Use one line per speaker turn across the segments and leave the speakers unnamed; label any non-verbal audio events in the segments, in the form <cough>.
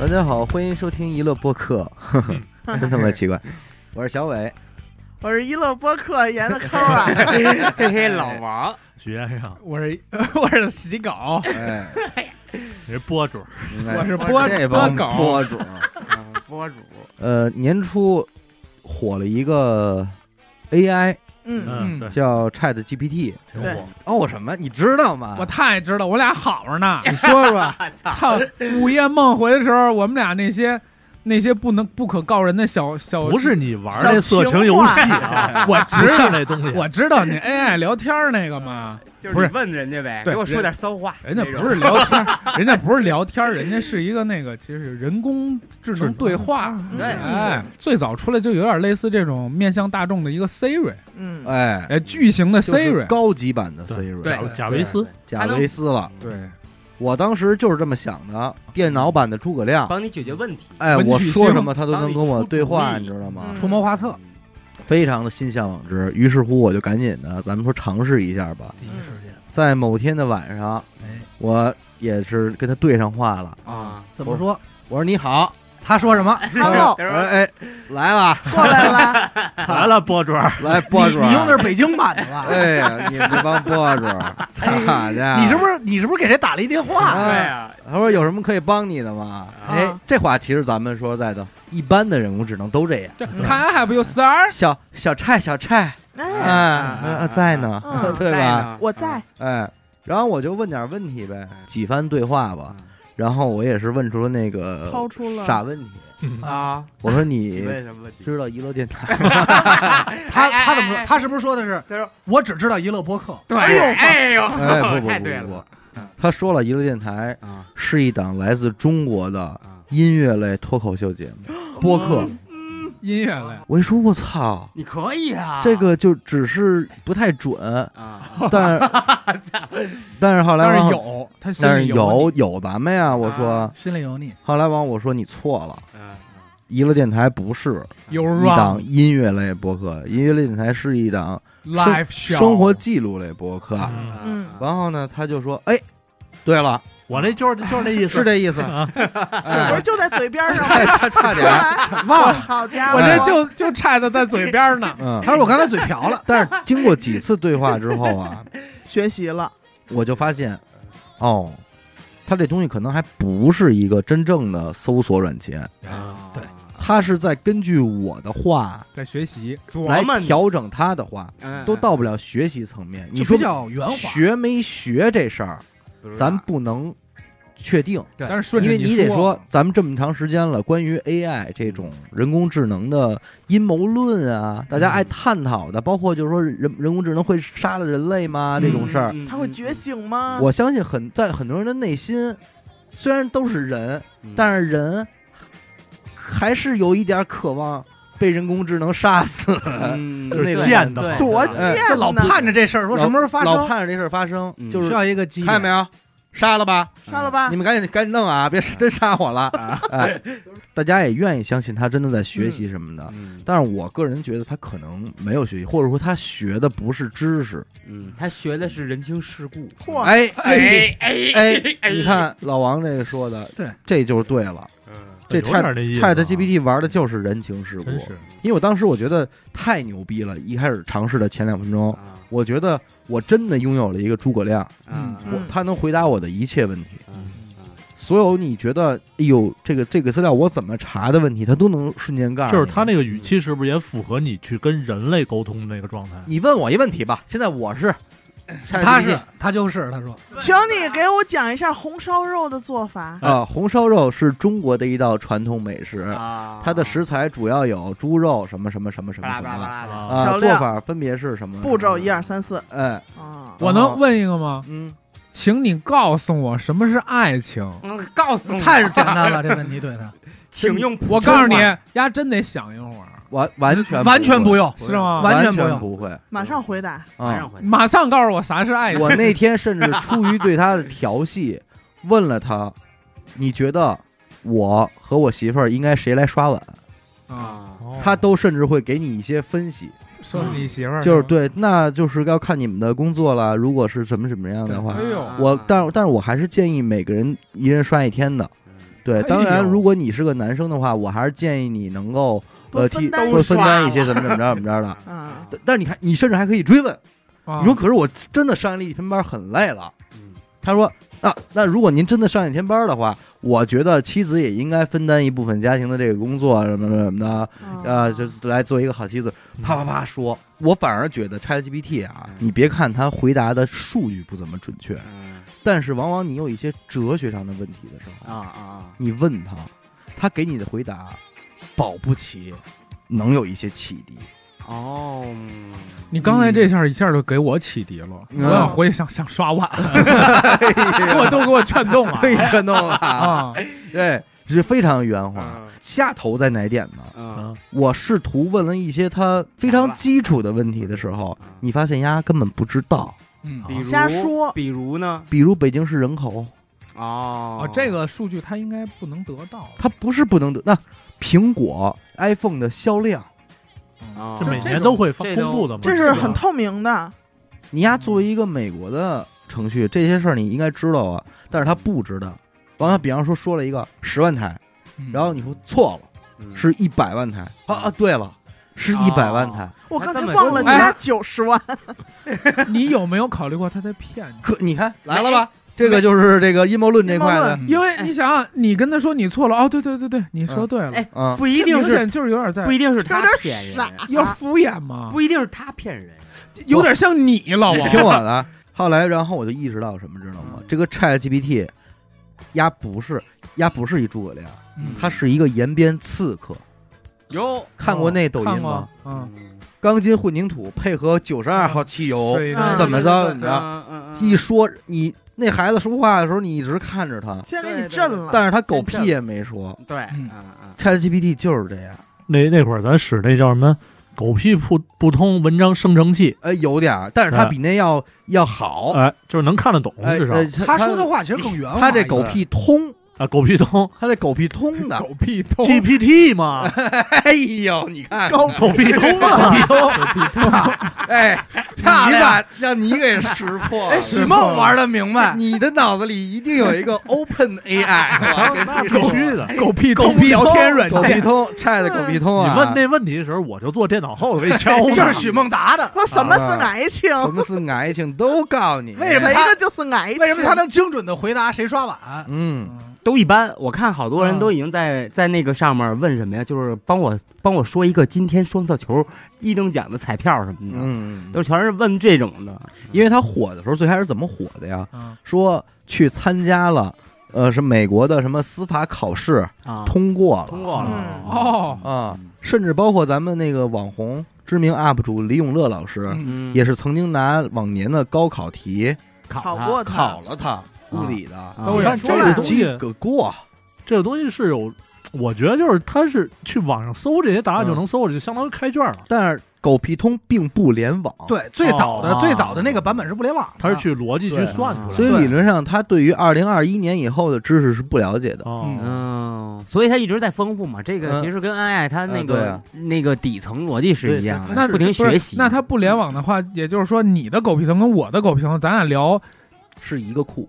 大家好，欢迎收听娱乐播客， <laughs> 真他妈奇怪，我是小伟，
我是娱乐播客演的抠啊，
<laughs>
嘿嘿，老王，
许先生，
我是我是洗稿，
哎，
你是播主，
应该
我是播
这帮
播狗
播主，
博主，
呃，年初火了一个 AI
嗯，
嗯，
嗯
对，
叫 Chat GPT，
挺
对
火，
哦什么？你知道吗？
我太知道，我俩好着呢。
你说说，
操，午夜梦回的时候，我们俩那些那些不能不可告人的小小，
不是你玩那色情游戏
<laughs>
啊，
我
<laughs> 不
知
是
道，
那东西，
我知道那 AI 聊天那个嘛，
就
不
是
是
你问人家呗，
对
给我说点骚话，
人家
那种
不是聊天，人家不是聊天，人家是一个那个其实是人工智能对话。
对
哎，最早出来就有点类似这种面向大众的一个 Siri，
嗯，
<laughs> 哎
哎，巨型的
就是
Siri，
高级版的
对
Siri，
对
贾维斯，
贾维斯了。
对，
我当时就是这么想的，电脑版的诸葛亮，
帮你解决问题。
哎，
文曲
我说
星
什么他都能跟我对话，
帮
你
你出主意
知道吗？
嗯
出谋划策，
非常的心向往之。于是乎，我就赶紧的，咱们说尝试一下吧。
第一时间，
在某天的晚上，
哎
我也是跟他对上话了。
啊
怎么说？
我说你好，
他说什么？
<laughs>
，Hello，
哎哎，来了，
过来了，
<laughs> 来了，播主，
来博
<laughs> 你
主，
你用的是北京版的吧？
<laughs> 哎呀，你们这帮博主，
<laughs>
咋的？
哎你是不是你是不是给谁打了一电话？
对
哎，
呀，
他说有什么可以帮你的吗？
啊
哎，这话其实咱们说实在的，一般的人工智能都这样。
这看还不有三儿，
小小蔡，小蔡，
哎，
哎，
啊
啊在呢
嗯，
<laughs> 对
在
吧？
呢
我在，
哎，然后我就问点问题呗，
哎
几番对话吧。
嗯
然后我也是问出了那个
抛出了
傻问题，
啊，
我说
你
你
问什么问题？
知道娱乐
<laughs>
电台吗？
他
哎哎
他怎么
哎
说？他是不是说的是
他说？
我只知道娱乐播客。
对，哎呦，
哎，不不 <laughs>
太对
不不
了
不，他说了娱乐电台
啊
是一档来自中国的
啊，
音乐类脱口秀节
哦
目播客。
嗯
音乐类。
我一说我操，
你可以啊，
这个就只是不太准，
啊，
但
<laughs>
但是后来
但是
往后，
有，他心
但是
里
有
有
有咱们呀，我说
啊
心里有你，
后来往我说你错了，
嗯
娱乐电台不是。
有
啊一
run
档音乐类播客，音乐类电台是一档
live show
生活记录类播客。
嗯
嗯
嗯
然后呢，他就说：“哎，对了，
我那就是就是那意思，
是这
<laughs>
意思。
啊，
我
哎
说就在嘴边上，
哎差差
出
点儿，。
<laughs> 来，
忘了。
好家伙，
我这就就差的在嘴边呢
嗯。。
他说我刚才嘴瓢了
但是经过几次对话之后啊， <laughs>
学习了，
我就发现，哦，他这东西可能还不是一个真正的搜索软件，
<laughs>
啊，
对，
他是在根据我的话
在学习，
来
琢磨你
调整他的话，
嗯
都到不了学习层面。你
就
说
比较圆滑，
学没学这事儿，
不知道
咱不能确定。
对
但是顺
因
着
为你得
说
说，，咱们这么长时间了，关于 AI 这种人工智能的阴谋论啊，大家爱探讨的，包括就是说人人工智能会杀了人类吗？这种事儿，
嗯嗯
他会觉醒吗？
我相信很在很多人的内心，虽然都是人，
嗯
但是人还是有一点渴望被人工智能杀死，
嗯
就是
对
贱的
对
多
对
贱
就老
呢！
盼着这事儿说什么时候发
老
生，
盼着这事儿发生，
嗯
就是
需要一个机
看见没
遇。
有，杀了吧，
杀了吧
你，们赶紧赶紧弄啊，别真杀我了。哎，大家也愿意相信他真的在学习什么的，
嗯
但是我个人觉得他可能没有学习，或者说他学的不是知识。
嗯，他学的是人情世故，
嚯，
哎
哎哎
哎，你，看老王这个说的，
对，
这就是对了。
嗯
这
有点
Chat
那意思啊
Chat GPT 玩的就是人情世故
真，是
因为我当时我觉得太牛逼了，一开始尝试的前两分钟，
啊
我觉得我真的拥有了一个诸葛亮，
啊
嗯
我他能回答我的一切问题。
啊啊
所有你觉得哎呦这个这个资料我怎么查的问题，他都能瞬间告诉你。
就是他那个语气是不是也符合你去跟人类沟通的那个状态？
你问我一问题吧，现在我是，
他是他就是他说
请你给我讲一下红烧肉的做法。
啊，红烧肉是中国的一道传统美食，
啊
它的食材主要有猪肉什么什么什么什
巴
么
拉
什
巴拉巴拉
么
的，
啊，
啊，
调
做
料
法分别是什么
步骤一二？三四
哎，
啊，
我能问一个吗？
嗯，
请你告诉我什么是爱情？
嗯，告诉你，
太简单了，这问题对他
请用普通话，
我告诉你，丫真得想一会儿，
完完全
完全不
用，
用，
是吗？
完全
全
不用
不会
马上回答。
马
啊
上！回来，
马上告诉我啥是爱情。
我那天甚至出于对他的调 <laughs> 戏，问了他，你觉得我和我媳妇儿应该谁来刷碗？
啊，
哦
他都甚至会给你一些分析，
说你媳妇儿
就是
吧，
对，那就是要看你们的工作了。如果是什么什么样的话
对，哎呦
嗯
我但但是我还是建议每个人一人刷一天的，对，
哎
当然，
呦
如果你是个男生的话，我还是建议你能够呃
多
替
分担
多
一
分
下
担一些怎么怎么着怎么着的。
<laughs> 啊，
但但是你看，你甚至还可以追问，
啊
你说可是我真的上一天班很累了。
嗯
他说啊，那如果您真的上一天班的话，我觉得妻子也应该分担一部分家庭的这个工作什么什么的，呃，就是来做一个好妻子。啪啪啪说，我反而觉得 ChatGPT 啊，你别看它回答的数据不怎么准确，
嗯
但是往往你有一些哲学上的问题的时候
啊，啊
你问他，他给你的回答，保不齐能有一些启迪。
啊哦，
你刚才这下一下就给我启迪了，
嗯
我想回去想想刷
<laughs>
碗，给我都给我劝动了
被全弄
<laughs>
了，
啊！
对，是非常圆滑。
嗯
下头在哪点呢？
嗯
我试图问了一些他非常基础的问题的时候，你发现丫根本不知道，
嗯
比如
瞎说
比如呢？
比如北京市人口，
哦
哦，这个数据他应该不能得到，
它不是不能得。那苹果 iPhone 的销量，
哦
这每
嗯啊这
年
种
都会发
这
公
种
布的嘛，
这是很透明的，
你丫作为一个美国的程序，这些事儿你应该知道啊，但是他不知道。完了，比方说说了一个十万台，
嗯
然后你说错了，
嗯
是一百万台啊啊，对了，是一百万台。
我刚才
那这么
忘了
说
加九十万，
你有没有考虑过他在骗你？
可你看来了吧？这个就是这个阴谋论这块的，
因
哎
为你想想，你跟他说你错了，哦，对对对对，你说对了，
哎
嗯，
不一
这
定
明
是
显就是有点在
不一定是他
有点
骗
傻
人，
啊
要敷衍嘛，
不一定是他骗人，
有点像你了，
你
我
听我的。后来，然后我就意识到什么，知道吗？这个 Chat GPT，呀不是呀不是一诸葛亮，
嗯
他是一个延边刺客。
哟，
看过那抖
看
音吗
过？，嗯，
钢筋混凝土配合九十二号汽油，
对
嗯
的
哦怎么着怎么着？
着
一说你那孩子说话的时候，你一直看着他，
先给你
对对
震
对
了。
但是他狗屁也没说。
对，嗯
嗯
嗯
ChatGPT 就是这样，
那那会儿咱使那叫什么狗屁不不通文章生成器，
呃，有点儿，但是他比那要要好。
哎，就是能看得懂，
哦哎，
至少
呃
他说的话其实更圆滑一
他
点。
这狗屁通，
啊，狗屁通
他这狗屁通的。
狗屁
哦
通，
GPT 嘛，
<laughs> 哎呦，你看，
高
狗屁通嘛，
哎，你把让你给识破了。
哎许梦玩的明白，
你的脑子里一定有一个 Open AI，我跟
那
你
必
说
须的。
<laughs> 狗
<laughs>
屁
狗
通
屁
聊天软 <laughs>
狗屁
件，
通，Chat 狗屁通啊！
你问那问题的时候，我就坐电脑后头给你敲呢。
就是许梦答的。
说什么是爱情？
什么是爱情都告你，
为什么
一
他
个就是爱情？
为什么他能精准的回答谁刷碗？
嗯，
都一般。我看好多人都已经在在那个上面问什么呀，就是帮我帮我说一个今天双色球一等奖的彩票什么的，
嗯，
都全是问这种的。
因为他火的时候最开始怎么火的呀？
嗯
说去参加了，呃，是美国的什么司法考试
啊，
通过
通
了
过了
嗯
哦，
啊，甚至包括咱们那个网红知名 UP 主李永乐老师，
嗯，
也是曾经拿往年的高考题
考
他
过他
考了他物理的，
啊
你看
出
这
来
个东
及
西，
格过，
这个东西是有，我觉得就是它是去网上搜这些答案
嗯
就能搜，就相当于开卷了。
但是狗屁通并不联网，
对，哎最早的
哦
最早的那个版本是不联网的，
它是去逻辑去算出来的，
所以理论上他对于二零二一年以后的知识是不了解的。
哦，
嗯，所以他一直在丰富嘛。这个
嗯
其实跟安爱他那
嗯对
个
啊
那个底层逻辑是一样的，
那
不停学习。
那他不联网的话，也就是说你的狗屁通跟我的狗屁通，咱俩聊
是一个库，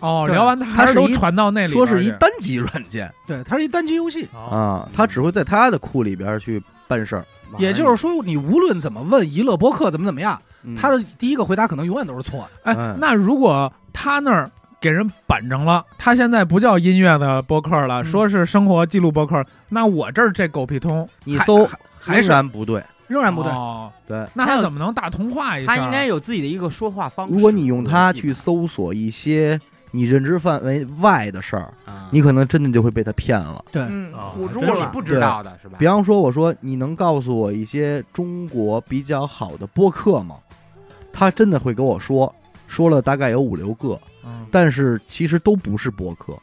哦，
对
聊完他还
它是
都
一
传到那里
说
边儿去，
是一单机软件
对，它是一单机游戏。
啊，
啊，他只会在他的库里边去办事儿。
嗯
也就是说，你无论怎么问娱乐播客怎么怎么样，
嗯
他的第一个回答可能永远都是错的。
哎
嗯，
那如果他那儿给人板正了，他现在不叫音乐的播客了，
嗯
说是生活记录播客，那我这儿这狗屁通
你搜
还是
仍然不对，
仍然不对，
哦，
对。
那他怎么能大同化一下？
他应该有自己的一个说话方式。
如果你用它
逻辑
去
吧，
搜索一些你认知范围外的事儿，
啊
你可能真的就会被它骗了。
嗯
啊
唬住
真是
你
了？
不知道的是吧？
比方说，我说你能告诉我一些中国比较好的播客吗？他真的会跟我说，说了大概有五六个，
嗯，
哦
但是其实都不是播客，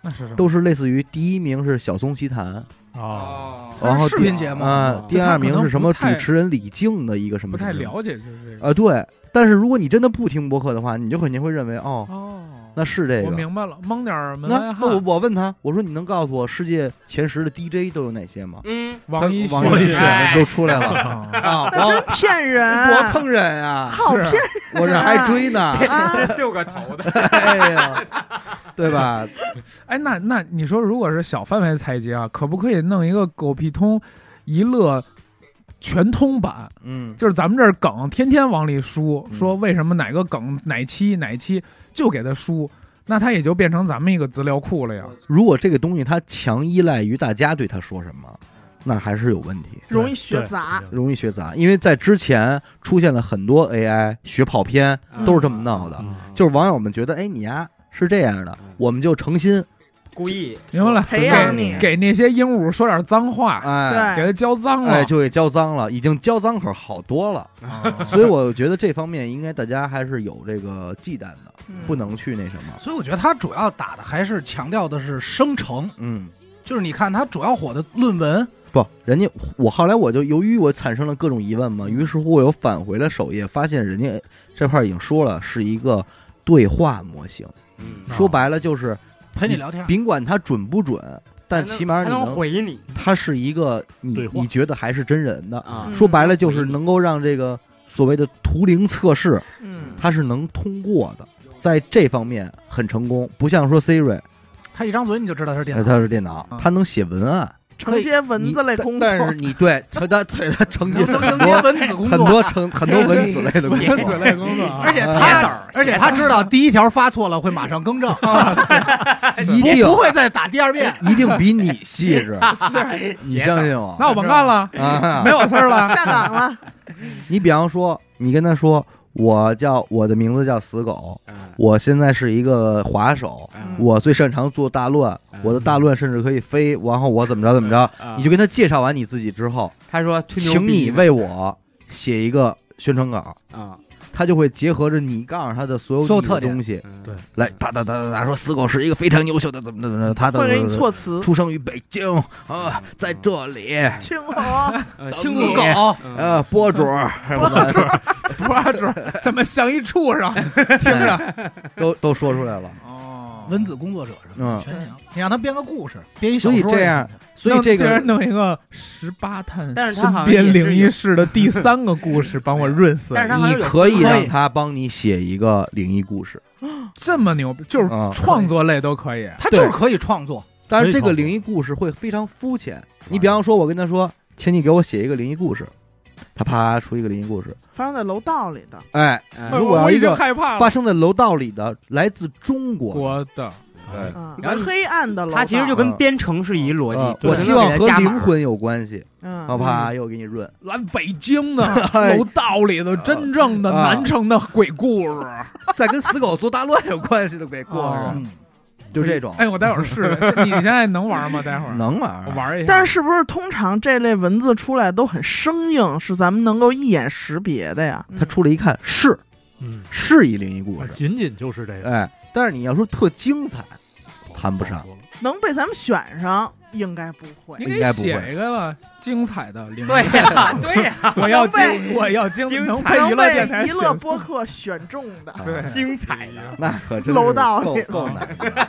那是什么？
都是类似于第一名是小松奇谈，
啊，
哦
然后
视频节目嗯
啊，第二名是什么主持人李静的一个什
不
么什呃
太
么什么
了解，就是这个
啊，对。但是如果你真的不听播客的话，你就肯定会认为哦，
哦，
那是这
我
个。
明白了，蒙点儿门
那
外
那我
汉，
我问他，我说你能告诉我世界前十的 DJ 都有哪些吗？
嗯，
他
王一
王一
迅
迅
哎
都出来了
<laughs>
<laughs> 啊！
那
王
真骗人，
多坑人 <laughs> 啊！
好骗
我这还追 <laughs> 呢，
啊！
六个头的，
哎呀， <laughs> 对吧？
哎，那那你说，如果是小范围采集啊，可不可以弄一个狗屁通一乐全通版？
嗯，
就是咱们这儿梗天天往里输，
嗯
说为什么哪个梗哪期哪期就给他输，那他也就变成咱们一个资料库了呀。
如果这个东西它强依赖于大家对他说什么，那还是有问题，
容易学杂，
对
容易学杂。因为在之前出现了很多 AI 学跑偏，都是这么闹的，
嗯
就是网友们觉得，哎，你呀是这样的，我们就诚心，
故意
明白了，
培养你
给那些鹦鹉说点脏话，
哎。
给
对，
他教脏了。
哎，就给教脏了，已经教脏口好多了，<laughs>
哦
所以我觉得这方面应该大家还是有这个忌惮的，
嗯
不能去那什么。
所以我觉得他主要打的还是强调的是生成，
嗯，
就是你看他主要火的论文，
不，人家我后来我就由于我产生了各种疑问
嗯
嘛，于是乎我又返回了首页，发现人家这块儿已经说了是一个对话模型，
嗯
说白了就是
哦陪你聊天，
甭管它准不准，但起码
嗯还
你
能还能
能，
回你
它是一个你
对话
你觉得还是真人的。
啊
嗯
说白了就是能够让这个所谓的图灵测试，
嗯，
它是能通过的，在这方面很成功，不像说 Siri，
他一张嘴你就知道他是电
呃
脑。
它是电脑
嗯，
它能写文案。
承接文字类工
你
作，
但但是你对它它它它承
<laughs>
接
能
很
能
多
接文字工
很
作，
多成很多文字类
<laughs>
的工
文字
作。哎
类工作啊，
而且
写字
他而且他知道第一条发错了会马上
<laughs>
更正，
一
不
定
不会再打第二遍。
一定比你细致，你相信我。
那我甭干了，
啊
没，我
<laughs>
事儿了。
下岗了，
你比方说，你跟他说，我叫我的名字叫死狗，
嗯
我现在是一个滑手，
嗯
我最擅长做大乱，
嗯
我的大乱甚至可以飞，然后我怎么着怎么着，
啊
你就跟他介绍完你自己之后，
他说吹牛
请
逼
你
呢
为我写一个宣传稿，
啊，
他就会结合着你告诉他的所有
所有
你的
特点
东西
嗯
对
来哒哒哒哒哒说死狗是一个非常优秀的怎么怎么着，他的
会给你措辞，
出生于北京啊，在这里。
<laughs> 青楼，
呃
导
青
死
木
你
嗯狗，嗯
呃，播主
<laughs>
儿什么的，
不是，怎么像一畜生？
听着，哎都都说出来了。
哦
文字工作者什么
嗯
的全行。你让他编个故事，编一小
所
说
以
也行，
这样，所以
弄
这
竟
个
然弄一个十八探
但是他好
身
像
边
也是有啊
灵异事的第三个故事，帮
<laughs>
我润色
但是。他好像
你
有
可以
可
让
以
他帮你写一个灵异故事，
这么牛逼，就是
嗯
创作类都可以。
他就是可以创作。
但
可
是
以
这
考
个
虑
灵异故事会非常肤浅。你比方说，我跟他说，请你给我写一个灵异故事，他啪出一个灵异故事，
发生在楼道里的，
哎，
嗯
如果要
我
一
已经
个
害怕
发
了。
生在楼道里的，来自中国，
我的
对
嗯
然后，你
黑暗的楼道，嗯
他其实就跟编程是一逻
呃
辑，
我希望和
加
灵魂有关系，啪
嗯，
啪又给你润，
咱北京的
哎
楼道里的真正的
啊
南城的鬼故事，
再跟死狗做大乱有关系的鬼故
哦
事，
嗯，
啊就这种
哎，我待会儿试试。你现在能玩吗？待会儿
能玩儿
我
啊。
玩一下。
但是是不是通常这类文字出来都很生硬，是咱们能够一眼识别的呀？
他出来一看，是
嗯，
是一灵异故
啊
事，
仅仅就是这个，
哎，但是你要说特精彩，谈不啊
<laughs>
上。
嗯
能被咱们选上，应该不会
你。
应
给
该不会
写一个吧，精彩的灵异。
对呀，对呀，
<laughs> 我要精
能，
我要精，
精
能
彩
被
能
娱乐电台
被娱乐
选
播
送
客选中的，
啊
<laughs> 对
精彩的，
<laughs> 那可真是
楼道
够
里
够难的。嗯
<laughs>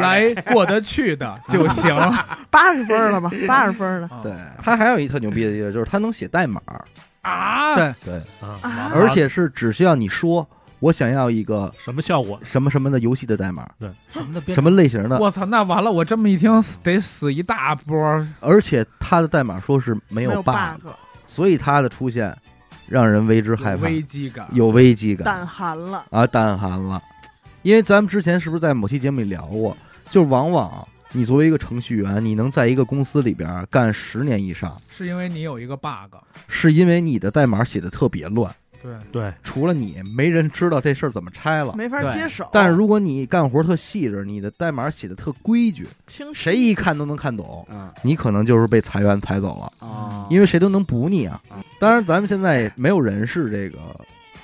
来过得去的
<laughs>
就行。啊
八十分了吧？八十分了，
对， <laughs> 他还有一特牛逼的地方，就是他能写代码，
啊，
对
嗯
啊，
啊
而且是只需要你说我想要一个
什么效果？
什么什么的游戏的代码，
什么的编
什么类型的，
我操，那完了！我这么一听，得死一大波。
而且他的代码说是没
没
有 bug，
bug，
所以他的出现让人为之害怕，
危机感。
有危机感
胆寒了。
啊，胆寒了。因为咱们之前是不是在某期节目里聊过，就是往往你作为一个程序员，你能在一个公司里边干十年以上，
是因为你有一个 bug。
是因为你的代码写的特别乱，
对，
对，
除了你，没人知道这事儿怎么拆了。
没法
对
接手，
但是如果你干活特细致，你的代码写的特规矩，
清晰
谁一看都能看懂，
嗯
你可能就是被裁员裁走了，
啊，
因为谁都能补你啊
嗯。
当然，咱们现在也没有人是这个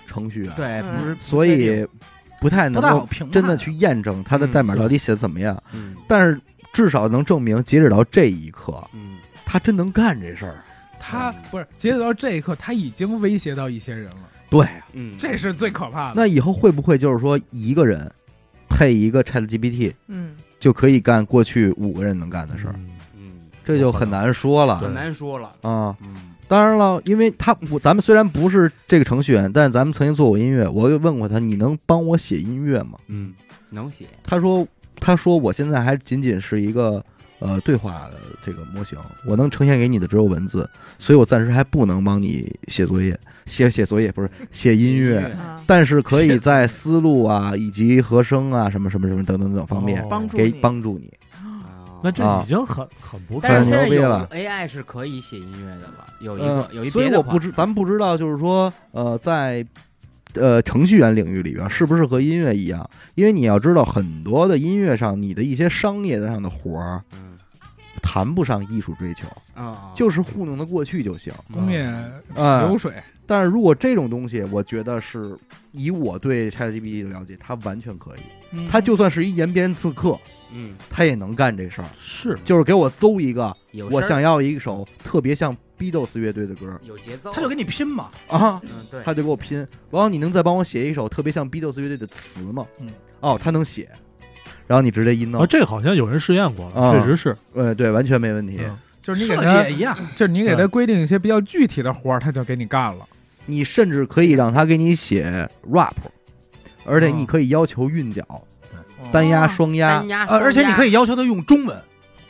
程序员，
对
嗯
不是，
所以不太
不
能
太好
够
评判，
真的去验证他的代码到底写的怎么样。
嗯
但是至少能证明，截止到这一刻，
嗯，
他真能干这事儿。
他不是截止到这一刻，他已经威胁到一些人了。
对啊，
嗯，
这是最可怕的。
那以后会不会就是说一个人配一个 ChatGPT
嗯，
就可以干过去五个人能干的事儿？
嗯
这就很难说了
很难说了，
啊。
嗯
当然了，因为他我咱们虽然不是这个程序员，但是咱们曾经做过音乐。我也问过他，你能帮我写音乐吗？
嗯，能写，
他说，他说我现在还仅仅是一个呃对话的这个模型，我能呈现给你的只有文字，所以我暂时还不能帮你写作业，写写作业不是写音
嗯
乐，
啊
但是可以在思路啊以及和声啊什么什么什么等等等方面、
哦
帮助
给
你
帮助你。
啊
那这
啊
已经很很不
很
错啊
但是现在
牛逼
有
了
AI 是可以写音乐的了，有一
呃
个，有一
所
别
以
的
我
款
不知，咱们不知道，就是说，呃，在呃程序员领域里边，是不是和音乐一样？因为你要知道，很多的音乐上，你的一些商业上的活儿，
嗯
谈不上艺术追求，
啊，
就是糊弄的过去就行。
嗯工业
啊、
流水，
但是如果这种东西，我觉得是以我对 ChatGPT 的了解，它完全可以。它就算是一延边刺客，
嗯
它也能干这事儿。
是
就是给我诌一个，
有
我
声儿
想要一首特别像 Beatles 乐队的歌
有节奏，
他就给你拼嘛，
啊，
嗯对，
他得给我拼。然后你能再帮我写一首特别像 Beatles 乐队的词吗？
嗯，
哦，他能写。然后你直接一
啊，
弄，
这个好像有人试验过
嗯啊
了，确实是
呃，对，完全没问题。
嗯
就是你给
设计
他
也，一样，
就是你
嗯
给他规定一些比较具体的活儿，他就给你干了。
你甚至可以让他给你写 rap，而且你可以要求韵脚、单压、双压
单压，
呃，而且你可以要求他用中文，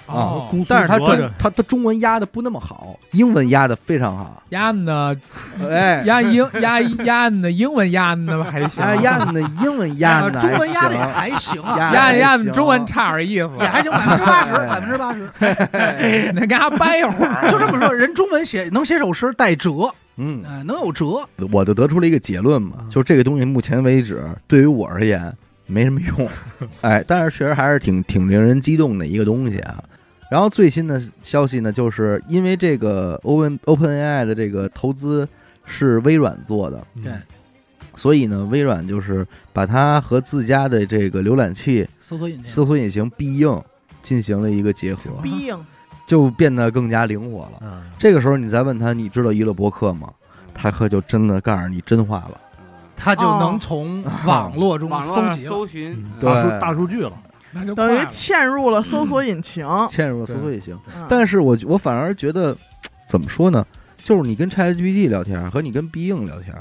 啊
哦。
但是他
中
中他他中文压的不那么好，英文压的非常好。
压呢？
<laughs>
哎，
压英压压呢？英文压呢还行？
啊
哎压的英文压
呃
啊
的
中文压的也
还
还行
压
啊，
压
还
压
行
中文差点意思，
也还行，百分之八十，百分之八十，
<laughs>
行
你跟他掰一会儿。
哎就这么说，人中文写能写首诗带折，
嗯，
呃，能有折，
我就得出了一个结论嘛，
嗯
就是这个东西目前为止对于我而言没什么用，哎，但是确实还是挺挺令人激动的一个东西啊。然后最新的消息呢，就是因为这个 Open Open AI 的这个投资是微软做的，
嗯
对
所以呢，微软就是把它和自家的这个浏览器
搜索引擎，
搜索引擎必应进行了一个结合，
逼应
就变得更加灵活了。
嗯
这个时候你再问他，你知道娱乐博客吗？他可就真的告诉你真话了。
他就
哦
能从网络中
嗯网络
搜
上
集了。
搜寻
嗯
对
大数大数据了，
那就
等
快
于
了
嵌入了搜索引擎，
嵌入了搜索引擎。
嗯
但是我我反而觉得，怎么说呢？就是你跟 ChatGPT 聊天和你跟必应聊天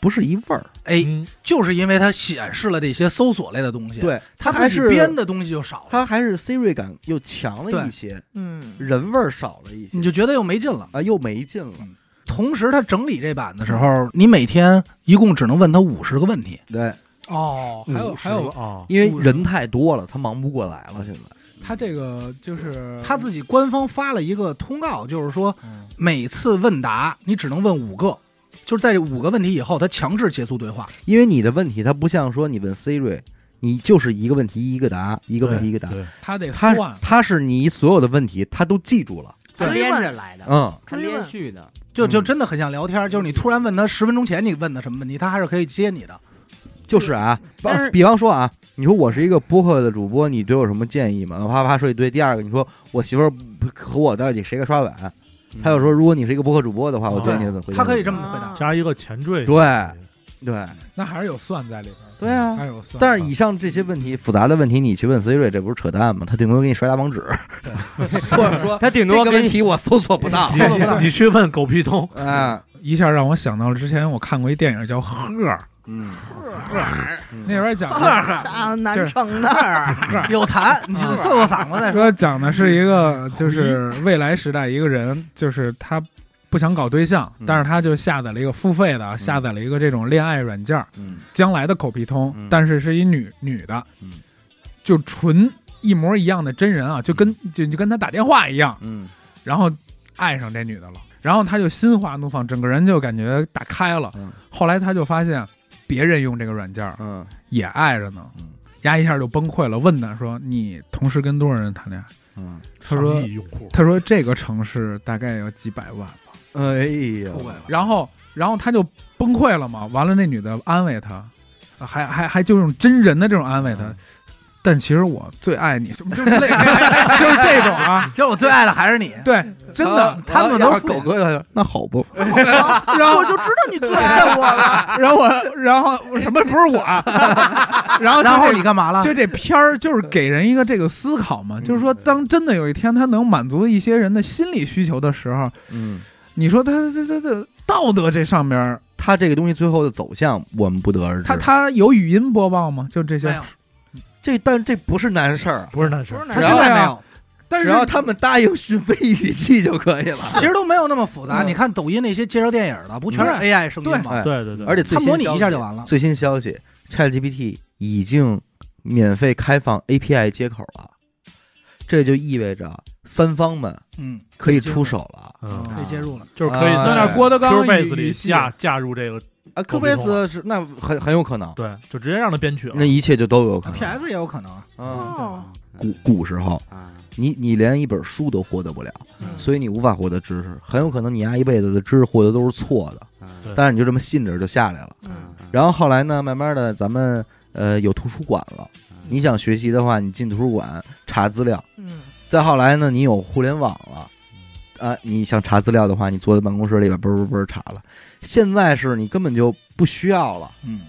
不是一味儿，
哎，
嗯
就是因为它显示了这些搜索类的东西，，
对，
它
还
自己
是
编，的东西就少了，
它还是 Siri 感又强了一些，
嗯，
人味儿少了一些
你，就觉嗯得又没劲了。
啊，又没劲了。
同时，它整理这版的时候，你每天一共只能问他五十个问题。
对，
哦，还
嗯
有还有，
啊，
因为人嗯太多了，他忙不过来了。现在，
他这个就是
他自己官方发了一个通告，就是说
嗯
每次问答你只能问五个，就是在这五个问题以后，他强制结束对话。
因为你的问题，它不像说你问 Siri，你就是一个问题一个答，一个问题一个答。
对
他得
它
算，
它是你所有的问题，它都记住了。
它
追
连
问
着来的，
嗯，
它
追
连
问
续的，
就就
嗯
真的很像聊天，就是你突然问他十分钟前你问的什么问题，他还是可以接你的。
就是啊，
但
比
是
比方说啊，你说我是一个播客的主播，你对我什么建议吗？啪啪说一堆。第二个，你说我媳妇儿不和我到底谁该刷碗？他就说，如果你是一个播客主播的话，我建议你怎么回答？
他可以这么
哦
回答。
啊
加一个前缀，
对对
那还是有算在里边。
对啊
还。是有算。
但是以上这些问题复杂的问题，你去问 Siri，这不是扯淡吗？他顶多给你刷俩网址，或者说
它顶
这
多
个
给
问
你
题我搜
<laughs>
索不到。
你你你去问狗屁通，
啊，
一下让我想到了之前我看过一电影叫《赫》，
嗯，
那边讲
<laughs>
<laughs>
的
啊，南城的，
<laughs>
有痰，你就瑟瑟嗓子再说。
说讲的是一个就是未来时代一个人，就是他不想搞对象
嗯，
但是他就下载了一个付费的，下载了一个这种恋爱软件，
嗯
将来的狗屁通
嗯，
但是是一女女的
嗯，
就纯一模一样的真人啊，就跟就就跟他打电话一样，
嗯
然后爱上这女的了，然后他就心花怒放，整个人就感觉打开了
嗯。
后来他就发现别人用这个软件儿
嗯
也爱着呢
嗯，
丫一下就崩溃了，问他说：“你同时跟多少人谈恋爱？”
嗯，
他说
上亿用户，
他说这个城市大概有几百万吧。
哎呀，
然后，然后他就崩溃了嘛。完了，那女的安慰他，还还还就用真人的这种安慰他。但其实我最爱你，什么就是类就是这种啊，啊，
其实我最爱的还是你，
对，真的，他们
然
都
后
是
啊狗哥就那好不？
然后
我就知道你最爱我了。
然后我，然后什么不是我，然后就
然后
这
你干嘛了？
就这片儿就是给人一个这个思考嘛，就是说，当真的有一天他能满足一些人的心理需求的时候，
嗯，
你说他他他的道德这上面儿，
他这个东西最后的走向我们不得而知。
他他有语音播报吗？就这
没
些
有，，
这但这不是难事儿，
<laughs> 不是那事
不
儿
是，
他
男
现
生，
在没有，
但
只
是
要他们答应讯飞语气就可以了。
其实都没有那么复杂。
嗯
你看抖音那些介绍电影的，不全是 AI 声音
对
吗？
哎
对对对，
而且最
它
新
模拟
消
一
息
下就完了。
最新消息，ChatGPT 已经免费开放 API 接口了，这就意味着三方们
嗯，
可以出手了。
嗯，
可以接入了。
就是可以
哎
在
在那
那
儿郭德纲
呃 Q
语
base 里
语系
下架入这个，
嗯
啊
狗屁
，Cubase
虫啊
是那很很有可能，
对，就直接让他编曲了
那。一切就都有可
P
能。
S 也有可能啊，
嗯，
哦，
古古时候，
啊，
你你连一本书都获得不了，
嗯
所以你无法获得知识，很有可能你丫一辈子的知识获得都是错的，
啊
对
但是你就这么信着就下来了。
嗯
然后后来呢，慢慢的咱们呃有图书馆了，
嗯
你想学习的话，你进图书馆查资料。
嗯，
再后来呢，你有互联网了，
嗯
啊，你想查资料的话，你坐在办公室里边嘣嘣嘣查了。现在是你根本就不需要了，
嗯，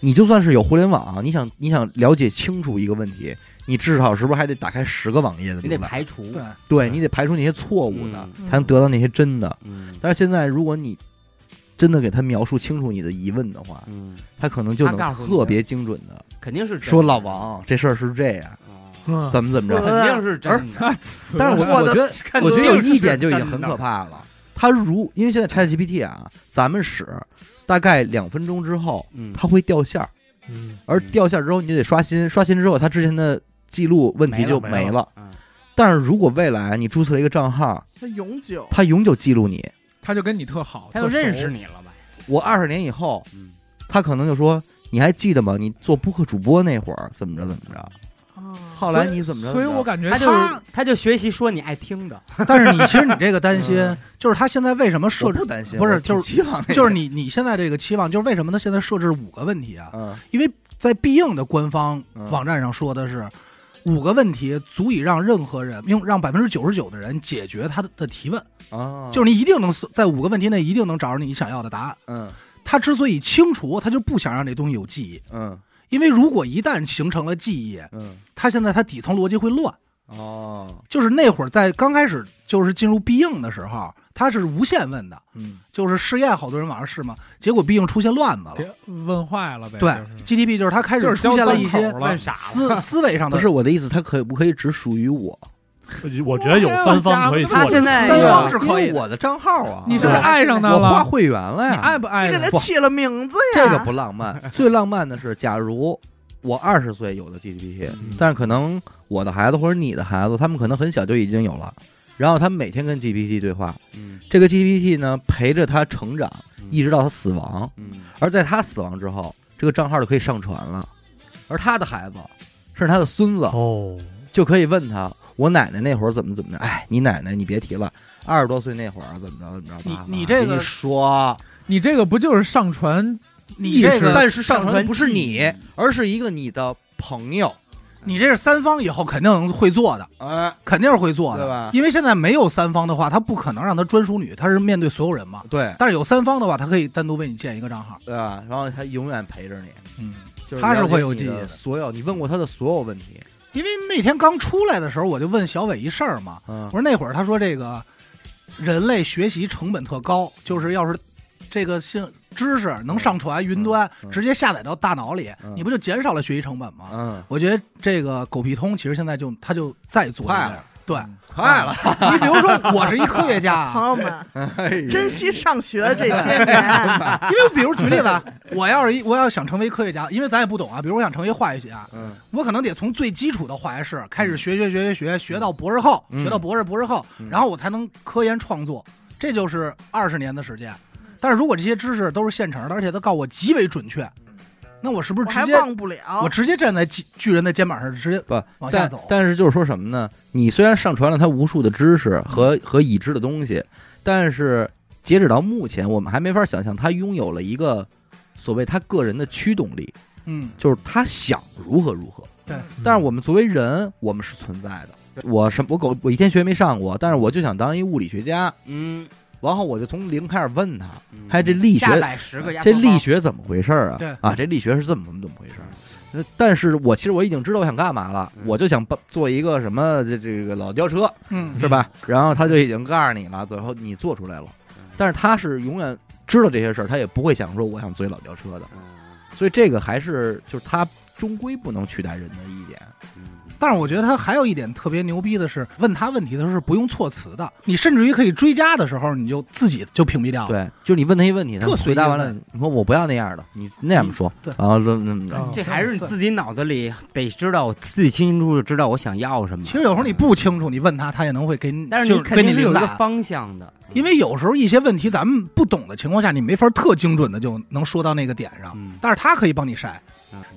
你就算是有互联网，你想你想了解清楚一个问题，你至少是不是还得打开十个网页的
你
浏
得
览？
排嗯除，
对，
对你得排除那些错误的，
嗯
才能得到那些真的。
嗯
但是现在，如果你真的给他描述清楚你的疑问的话，
嗯，
他可能就能
他告诉你
特别精准的
肯定是真的
说老，王这事儿是这样，
啊
嗯
怎么怎么着。
肯定是真的，
但是我
我
我觉得我觉得有一点就已经很
真的
可怕了。它如因为现在 ChatGPT 啊，咱们使大概两分钟之后，
嗯，
它会掉线儿，
嗯，
而掉线儿之后你得刷新，刷新之后它之前的记录问题就
没
没
了没了
嗯
但是如果未来你注册了一个账号，
它永久，
它永久记录你。
他就跟你特好，
他就
特熟
认识，你了吧？
我二十年以后，
嗯，
它可能就说你还记得吗？你做播客主播那会儿怎么着怎么着？
哦，
后来你怎么着？
所以
怎么着
我感觉
他就
他
他就学习说你爱听的，
<laughs> 但是你其实你这个担心
嗯，
就是他现在为什么设
我
置
不担心，
不是
我挺
就是
期望那
就是
个
你你现在这个期望，就是为什么他现在设置五个问题啊？
嗯
因为在必应的官方
嗯
网站上说的是。五个问题足以让任何人用让百分之九十九的人解决他的的提问，
啊，
就是你一定能搜在五个问题内一定能找着你想要的答案。
嗯
他之所以清除，他就不想让这东西有记忆，
嗯
因为如果一旦形成了记忆，
嗯
他现在他底层逻辑会乱。
哦
就是那会儿在刚开始就是进入必应的时候，他是无限问的，
嗯
就是试验好多人往上试嘛，结果必应出现乱子了。
给问坏了呗，
对
就是
，GDP 就是他开始
就是
出现了一些
交脏口了
问傻了，
思思维上的
不是我的意思，它可不可以只属于我？
我觉得有三方可以做
他现
的，
在
三
方
啊
方哎是可以
我
的。
的账号啊，
你是不
对
是爱上他
我花
了，
会员了
你
呀，
爱不爱
你给
他
它？起了名字呀，
这
啊
个不浪漫，最浪漫的是，假如我二十岁有的 GDP，
嗯
但是可能我的孩子或者你的孩子，他们可能很小就已经有了。然后他们每天跟 GPT 对话，
嗯
这个 GPT 呢陪着他成长，一
直
嗯
直到他死亡。
嗯
而在他死亡之后，这个账号就可以上传了，而他的孩子，甚至他的孙子， <laughs>
哦，
就可以问他：“我奶奶那会儿怎么怎么着？”哎，你奶奶你别提了，二十多岁那会儿怎么着怎么着
你
吧。啊
你这个
你说，
你这个不就是上传
你这
意识
个
但是上传的不是你，而是一个你的朋友，
你这是三方以后肯定会做的，
哎，
肯定是会做
对
的，
吧？
因为现在没有三方的话，他不可能让他专属女，他是面对所有人嘛。
对，
但是有三方的话，他可以单独为你建一个账号。
对吧？然后他永远陪着你，
嗯，
就
他是
了解
会有
你
记忆
的
的
所有你问过他的所有问题，
因为那天刚出来的时候，我就问小伟一事儿嘛，
嗯
我，说那会儿他说这个人类学习成本特高，就是要是这个信知识能上传云端，
嗯嗯
直接下载到大脑里，
嗯
你不就减少了学习成本吗？
嗯，
我觉得这个狗屁通其实现在就他就在做这
快
个
了，
对，
嗯快了，
你比如说我是一科
<laughs>
学家
朋友
啊，
们
嗯
哎
珍惜上学这些年，
因为比如举例子啊，我要是一我要想成为科学家，因为咱也不懂啊，比如我想成为化学家，
嗯
我可能得从最基础的化学式开始学学学学学，学到博士后，
嗯
学到博士博士后，
嗯
然后我才能科研创作，这就是二十年的时间。但是如果这些知识都是现成的，而且他告诉我极为准确，那我是不
嗯我
是直
还
接
忘不了
我。直接站在巨巨人的肩膀上直接
不
往下
但
走
但是就是说什么呢？你虽然上传了他无数的知识
嗯
和和已知的东西，但是截止到目前，我们还没法想象他拥有了一个所谓他个人的驱动力，
嗯
就是他想如何如何。
对，
嗯
但是我们作为人，我们是存在的，我什我狗我一天学没上过，但是我就想当一物理学家，
嗯，
然后我就从零开始问他，还有这力
下
学，
载十个压缩
这
包
力学怎么回事儿啊？
对
啊，这力学是这么怎么怎么回事儿？呃但是我其实我已经知道我想干嘛了，
嗯
我就想把做一个什么这这个老吊车，
嗯，嗯
是吧？然后他就已经告诉你了，最后你做出来了，但是他是永远知道这些事儿，他也不会想说我想追老吊车的，
嗯
所以这个还是就是他终归不能取代人的一点。
但是我觉得他还有一点特别牛逼的是，问他问题的时候是不用措辞的，你甚至于可以追加的时候，你就自己就屏蔽掉了。
对，就你问他一问题，他
啊特随
回
意
答完
问
了，你说我不要那样的，你那样说，啊
对哦
然后那那
哦
那
这还是你自己脑子里得知道，我自己清清楚楚知道我想要什么。
其实有时候你，不清楚，你问他，他也能会给你，
但是
就
你
是
肯
给
定
你
是有
灵
一个
感。
方向的，
因为有时候一些问题咱们不懂的情况下，你没法特精准的就能说到那个点上，
嗯，
但是他可以帮你筛。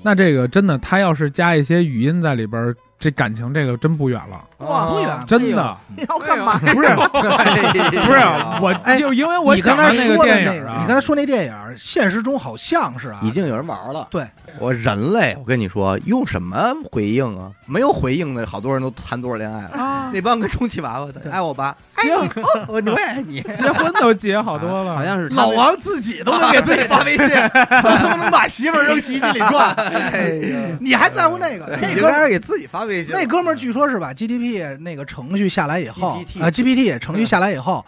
那这个真的，他要是加一些语音在里边儿，这感情这个真不远了，
哇不
<laughs>
远
真的
你哦要干嘛？
不是 <laughs>
哎
<laughs>
不是，我
哎
就因为我
你刚
想
才
到个
说的
电
那
影
个，
啊，
你刚才说那电影，现实中好像是啊，
已经有人玩了。
对，
我人类，我跟你说，用什么回应啊？没有回应的，好多人都谈多少恋爱了。
啊，
那帮跟充气娃娃的，爱我吧，爱
哎
你，哦，我永远爱你。
结婚都结好多了，
好
哎
像是
老王自己都能给自己发微信，都他妈能把媳妇儿扔洗衣机里转，
<laughs> 哎呀，
你还在乎那个？那
你
哥
刚
们儿
才给自己发微信，
那哥们儿据说是把 GDP 那个程序下来以后，
GPT
啊 GPT 程序下来以后，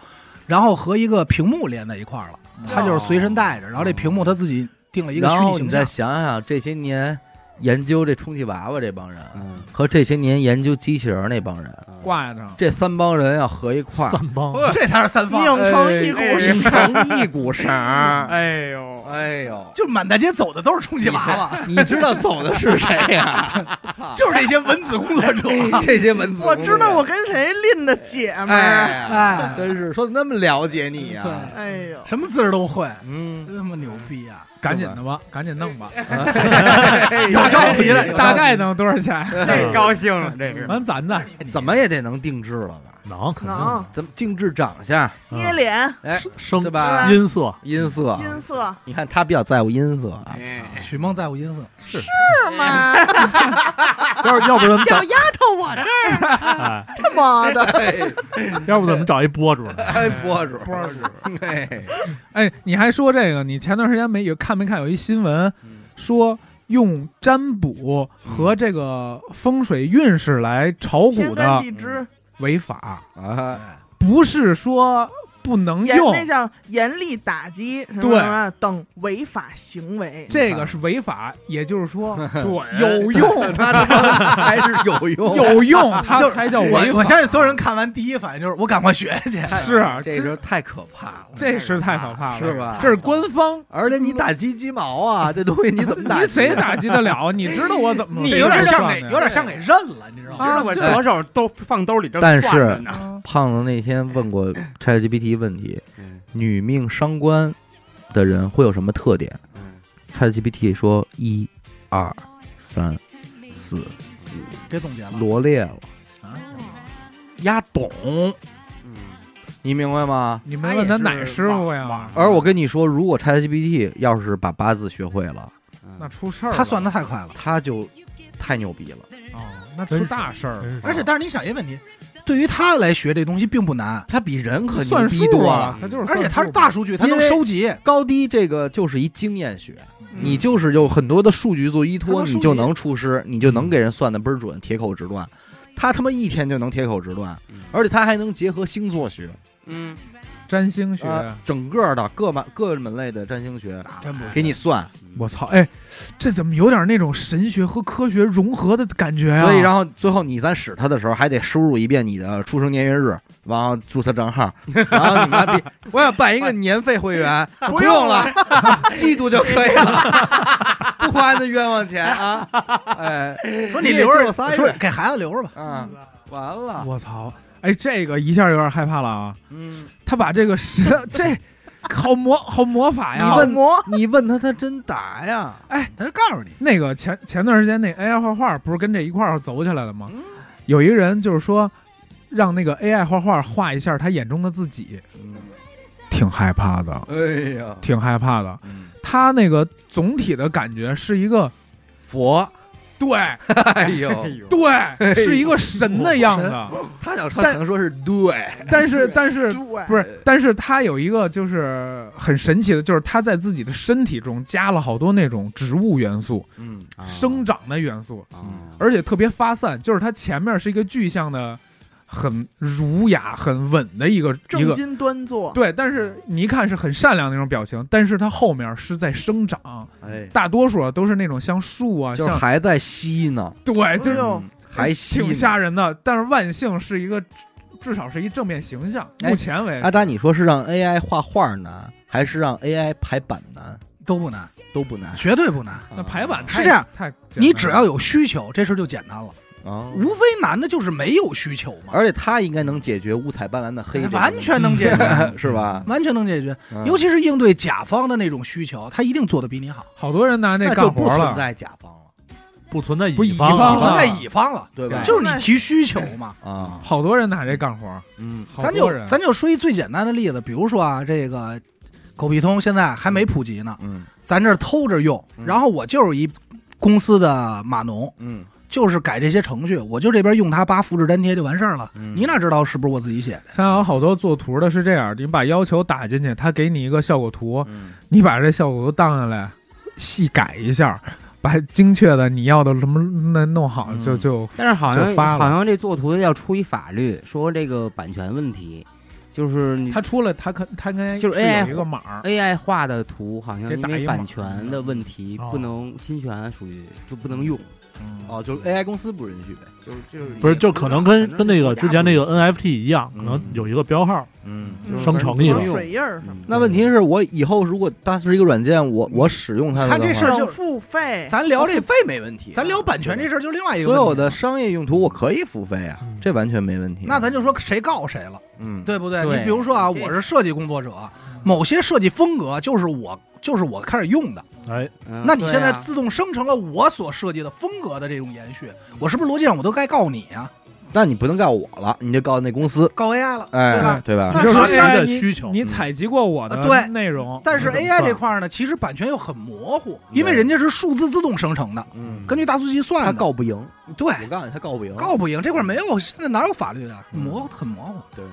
然后和一个屏幕连在一块儿了，他就是随身带着，然后这屏幕他自己定了一个虚
然
拟
后你
形
再
象。 <laughs>
想想这些年研究这充气娃娃这帮人，
嗯
和这些年研究机器人儿那帮人，
挂上。
这三帮人要合一块儿，
三嗯帮
这才是三方，
拧成
哎
一股绳。
成一股绳儿。
哎呦，
哎呦，
就是满大街走的都是充气娃娃，
你知道走的是谁呀、
就是这些文字工作者。
这些文字，
我知道我跟谁拎的姐们儿。
哎，真是说的那么了解你呀、
对，
哎呦，
什么字儿都会，
嗯，
真他妈牛逼啊！
赶紧的吧，赶紧弄吧，
哎有
哎着急了
大概能多少钱？
这高兴了，这是
完咱的
怎么也得能定制了吧？
能肯定
能
咱们定制长相、
嗯
啊捏脸、
哎
声
对吧
音色，
音色，
音色
你看他比较在乎音色啊。
哎
许梦在乎音色，
是 <laughs> 吗？
要是要不咱们
小
找
丫头，我这儿
哎，
他妈的，
要不咱们找一博主
<laughs>
呢？
哎，博主，博主，哎，
哎，你还说这个？你前段时间没有看没看有一新闻，
嗯
说用占卜和这个风水运势来炒
天
股
干
的
地支，
违法，
啊，
不是说不能
严
用
那，叫严厉打击，什么
对
什么等违法行为。
这个是违法，也就是
<laughs>
说准有用，
他还是有用，
<laughs> 有
<laughs>
用，它
就是
才叫违
我
法。
我相信所有人看完第一反应就是我赶快学去，
是
这时候太可怕了，
这是太可怕了，
是吧
这是官
<laughs>
方，
而且你打鸡鸡毛啊，这东西你怎么打？
你谁？打击得了？你知道我怎么？
你
这有点像给有点像给认了，你知道吗？
啊，
我
这
左手都放兜里，正
但
攥着呢
胖子那天问过 ChatGPT 问题，
嗯
女命伤官的人会有什么特点
嗯
？ChatGPT 说一、二、三、四，
别总结了，
罗列了，
啊丫懂。
嗯
你明白吗？
你没问他哪师傅呀？
而我跟你说，如果 ChatGPT 要是把八字学会了，
嗯
那出事儿了，
他算的太快了，
他就太牛逼了。
哦，那出大事儿了，
而且但是你想一个问题，对于他来学这东西并不难，
他比人可牛
算
逼
数
多
啊
了，，
他就是，
而且他是大，数据，他能
因为
收集。
高低这个就是一经验学，
嗯
你就是有很多的数据做依
他
托，
能收集
你就能出师，你就能给人算的倍儿准，铁口直断。他他妈一天就能铁口直断
嗯，
而且他还能结合星座学、
嗯，
占星学。
呃
啊
啊整个的各门各门类的占星学，
真不
给你算。
我操！哎，这怎么有点那种神学和科学融合的感觉啊呀？
所以，然后最后你咱使它的时候，还得输入一遍你的出生年月日，然后注册账号， <laughs> 然后你妈逼，我想办一个年费会 <laughs> 员，不用了， <laughs> 季度就可以了， <laughs> 不花那冤枉钱啊！哎，
说你留着，
我仨
说给孩子留着吧。
啊，完了，
我操！哎，这个一下有点害怕了啊！
嗯，
他把这个神， <laughs> 这好魔好魔法呀！
你问
魔
你问他，他真答呀？
他就告诉你，
那个前前段时间那 AI 画画不是跟这一块儿走起来了吗？有一个人就是说，让那个 AI 画画画一下他眼中的自己，挺害怕的，
哎呀，
挺害怕的。他那个总体的感觉是一个
佛
对
哎呦，
对，是一个神的样子。
他想唱可能说是对，
但是但是
对
不是？但是他有一个就是很神奇的，就是他在自己的身体中加了好多那种植物元素、
嗯
哦
生长的元素，
啊，
而且特别发散。就是他前面是一个具象的。很儒雅、很稳的一个一
正
个
襟端坐，
对，但是你一看是很善良那种表情，但是它后面是在生长，
哎，
大多数啊都是那种像树啊，
就是
像
还在吸呢，
对，就是
哎呦
嗯还吸呢，
挺吓人的。但是万幸是一个，至少是一正面形象。
哎
目前为
阿
止，
达，你说是让 AI 画画难，还是让 AI 排版难？
都不难，
都不难，
绝对不难。
那排版
是
太
这样，
太简单
你
了
只要有需求，这事儿就简单了。
啊，
无非难的就是没有需求嘛，
而且它应该能解决五彩斑斓的黑这个
完全
嗯
能解决，
问题 <laughs> 是吧？
完全能解决。
嗯
尤其是应对甲方的那种需求，他一定做的比你好。
好多人拿这
那
干
就不
活
存
了，
在甲方了，
不存在
不
乙
乙
方
方
我
啊
了
在乙方了，
对吧？
就是你提需求嘛。
啊，
好多人拿这干活，
嗯，
好
咱就
多人。啊
咱就说一最简单的例子，比如说啊，这个狗屁通现在还没普及呢，
嗯
咱这儿偷着用，
嗯
然后我就是一公司的码农，
嗯
就是改这些程序，我就这边用它扒复制粘贴就完事儿了。
嗯
你哪知道是不是我自己写的？
现在有好多做图的是这样，你把要求打进去，他给你一个效果图，
嗯
你把这效果图荡下来，细改一下，把精确的你要的什么那弄好
嗯
就就
但是好
就
像
发了
好像这做图的要出一法律，说这个版权问题，就是你
嗯他出了，他可他应该
就是
有
AI
一个码儿，
AI 画的图好像
给
因
打
为
一码
版权的问题
哦
不能侵权，属于就不能用，
嗯
嗯
哦，就是 AI 公司不允许呗，
就是就是
不是，就可能跟跟那个之前那个 NFT 一样，可
嗯
能有一个标号，
嗯。
嗯
生成一
有
个
水印儿什么
嗯
的，
那问题是我以后如果它是一个软件，我我使用它的话，
看这事儿就
省付费，
咱聊这
嗯付费没问题啊，
咱聊版权这事儿就另外一个
所
问题了
有的商业用途我可以付费啊
嗯，
这完全没问题。啊
那咱就说谁告谁了，
嗯，
对不对？
对
你比如说啊，
这
我是设计工作者，某些设计风格就是我就是我开始用的，
哎，
嗯
那你现在
对啊
自动生成了我所设计的风格的这种延续，我是不是逻辑上我都该告你啊？
那你不能告我了，你就告那公司，
告 AI 了，对
哎
吧，？
对吧
但？
就是说
实际上
AI
的
你
需求
你采集过我的
呃对
内容，
但是
你怎么
AI 这
算
块儿呢，其实版权又很模糊，
对
因为人家是数字自动生成的，
嗯
根据大数据
他
算的。
告不赢，
对，
我告诉你，他告不赢，
告不赢这块儿没有，现在哪有法律啊？模糊，很模糊。
对，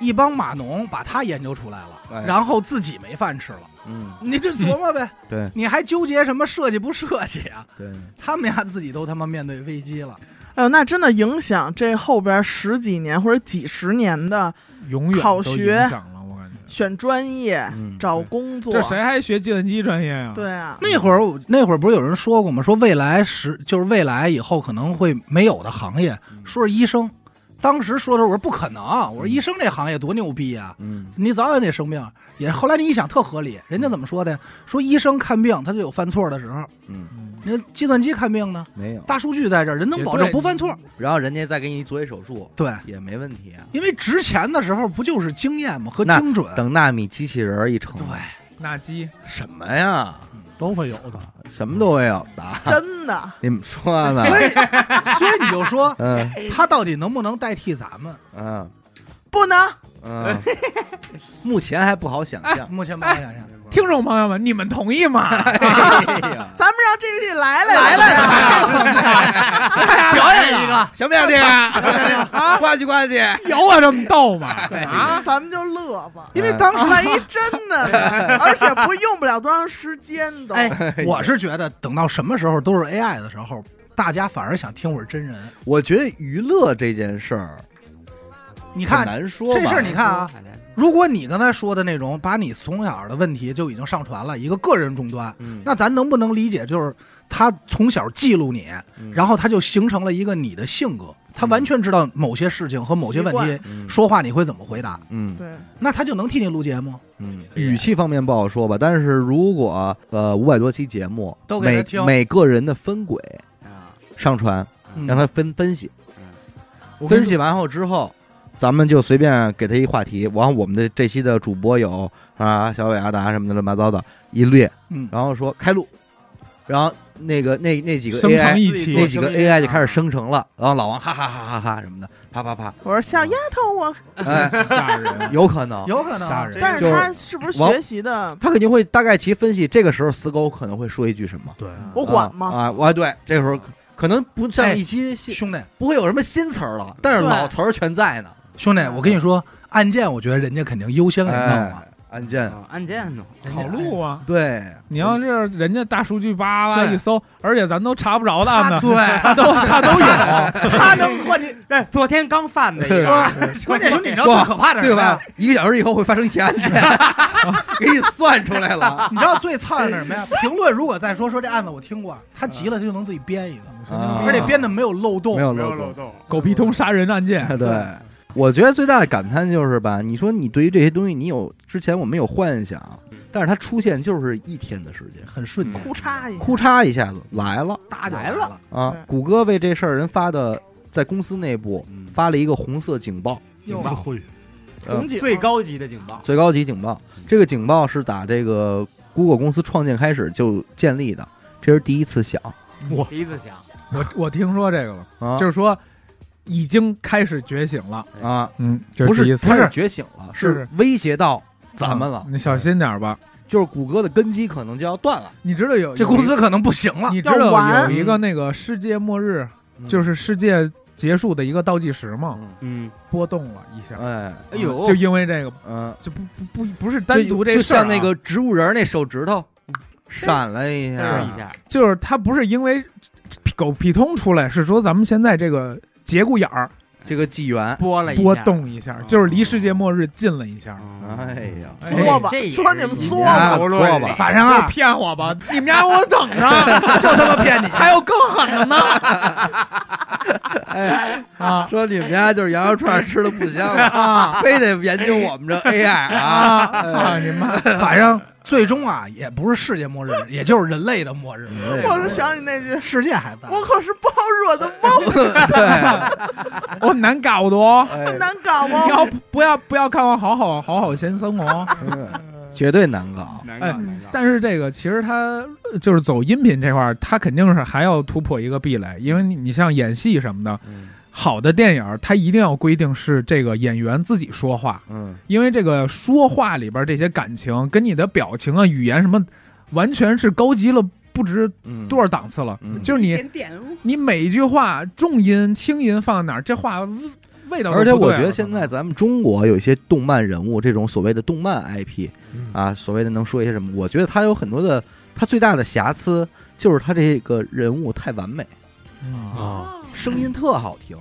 一帮码农把它研究出来了，
哎
然后自己没饭吃了，
嗯，
你就琢磨呗。
对
你还纠结什么设计不设计啊？
对，
他们家自己都他妈面对危机了，
哎呦，那真的影响这后边十几年或者几十年的
永远
考
都
学
影响了，我感觉。
选专
哎
业、
嗯
找工作。
这谁还学计算机专业啊？，
对啊，
那会儿我那会儿不是有人说过吗？说未来十就是未来以后可能会没有的行业，说是医生。当时说的时候我说不可能，我说医生这行业多牛逼啊，
嗯
你早晚得生病。也后来你一想特合理，人家怎么说的？说医生看病他就有犯错的时候，
嗯，
那计算机看病呢？
没有。
大数据在这儿，人能保证不犯错。
然后人家再给你做一手术
对，
也没问题啊。
因为值钱的时候不就是经验吗？和
那
精准。
等纳米机器人儿一成，
对，
纳基
什么呀，
都会有的。
什么都会有的。
真的
<laughs> 你们说
<laughs>
呢？
所以所以你就说
嗯
他到底能不能代替咱们？
嗯
不能
<laughs>
嗯，目前还不好想象。
目前不敢想象。
听众朋友们，你们同意吗？
哎呀，
咱们让这个地来来来来
哎
<laughs>
表演一个，啊
想不想这 <laughs> 个？呱唧呱唧。
有我这么逗吗？
啊，咱们就乐吧。
因为当时
万一真的呢，而且不用不了多长时间都。
哎， <laughs> 我是觉得等到什么时候都是 AI 的时候，大家反而想听会儿真人。
我觉得娱乐这件事儿，你
你看
难说吧
这事儿，你看啊，如果你刚才说的那种，把你从小的问题就已经上传了，一个个人终端，
嗯
那咱能不能理解就是他从小记录你，
嗯
然后他就形成了一个你的性格，他完全知道某些事情和某些问
习
题说话你会怎么回答，
嗯
对，
那他就能替你录节目。
嗯，语气方面不好说吧，但是如果呃五百多期节目，
都给他
每
听啊
每个人的分轨上传，
嗯
让他分分析，
我跟
分
你说
析完后之后，咱们就随便给他一话题，然后我们的这期的主播有啊小伟、阿达什么的乱七八糟的一列，
嗯，
然后说开录，然后那个那那几个
<laughs> 生成
AI
一
那
期，
几个 AI 就开始生啊成了，然后老王哈哈哈哈哈什么的，啪啪
<laughs>
啪，
我说小丫头，我
哎，
吓人，
有可能，
有可能
吓
啊。
人
但是他是不是学习的
他肯定会大概其分析这个时候死狗可能会说一句什么。
对，
我管吗？
啊啊，我对，这时候可能不像
哎
一期新，
兄弟，
不会有什么新词儿了，但是
对
老词儿全在呢。
兄弟，我跟你说，案件我觉得人家肯定优先给弄了。
哎，案件
啊按键呢？
好录啊！
对，
你要是人家大数据叭叭
对
一搜，而且咱都查不着的案
他
子，
对，
<laughs> 他都他都有。
他能换你。
哎，昨天刚犯的一
是
个，
<laughs> 关键兄弟，你知道最可怕的是
对
什么呀
吧？？一个小时以后会发生一起 <laughs> 案件，给你算出来了。
你知道最操蛋 <laughs> 的是什么呀？评论如果再说说这案子我听过，他急了他就能自己编一个，
啊
而且编的没有漏洞
没。有
没有
漏
漏
洞。
洞，
狗屁通杀人案件，
对，我觉得最大的感叹就是吧，你说你对于这些东西，你有之前我们有幻想，
嗯
但是它出现就是一天的时间，
很顺利，
哭嚓一下，
库嚓一下子来了
大来了，
啊
对！
谷歌为这事儿人发的，在公司内部
嗯
发了一个红色警报，
又
大会
呃
红警
最高级的
啊
警报，
最高级警报。这个警报是打这个 Google 公司创建开始就建立的，这是第一次响
第一次响，
我我听说这个了，
啊，
就是说已经开始觉醒了。
啊，
嗯，
不
是
是不
不
是觉醒了，
是嗯
是威胁到咱们了，
你小心点儿吧。
就是谷歌的根基可能就要断了。
你知道有
这公司可能不行了。
你知道有
完
一个那个世界末日，就是世界结束的一个倒计时嘛，
嗯，
嗯，
波动了一下，
哎，
哎呦，
就因为这个，
嗯。
就不不不不是单独这
就
事儿啊嗯
像那个植物人那手指头闪了一
嘚儿
下，
一下，
就是啊它不是因为狗屁通出来，是说咱们现在这个节骨眼儿
这个纪元，
拨了一下，
波动一下，
哦
就是离世界末日近了一下。
嗯。
哎呀，
哎
作吧
这也，是
说你们
一
作
啊
吧，
做
论
吧
反正
就
啊，
骗我吧， <laughs> 你们家给我等着，就他妈骗你，还有更狠的呢
哎，
<laughs> 啊
说你们家就是羊肉串吃的不香
<laughs>
了，
啊
非得研究我们这
哎
AI
<laughs>
啊，
啊！你妈，
反正最终啊，也不是世界末日，也就是人类的末日。
我就想起那句，
世界还在，
我可是包惹的猫，
对，
我难搞的哦。
哎
难搞哦
你要 <laughs>
吗？
不不要不要看我好好好好先生活？哦
嗯绝对难搞，
难
哎
搞难
啊
搞，
但是这个其实它呃就是走音频这块儿，它肯定是还要突破一个壁垒，因为你你像演戏什么的，
嗯
好的电影儿它一定要规定是这个演员自己说话，
嗯，
因为这个说话里边儿这些感情跟你的表情啊、语言什么，完全是高级了不知
嗯
多少档次了。
嗯
就是你
点点
你每一句话重音轻音放在哪儿，这话味味道都
而且
不对
我
啊了
觉得现在咱们中国有一些动漫人物，这种所谓的动漫 IP 啊，所谓的能说一些什么，我觉得他有很多的，他最大的瑕疵就是他这个人物太完美，
嗯
啊，
嗯
声音特好听，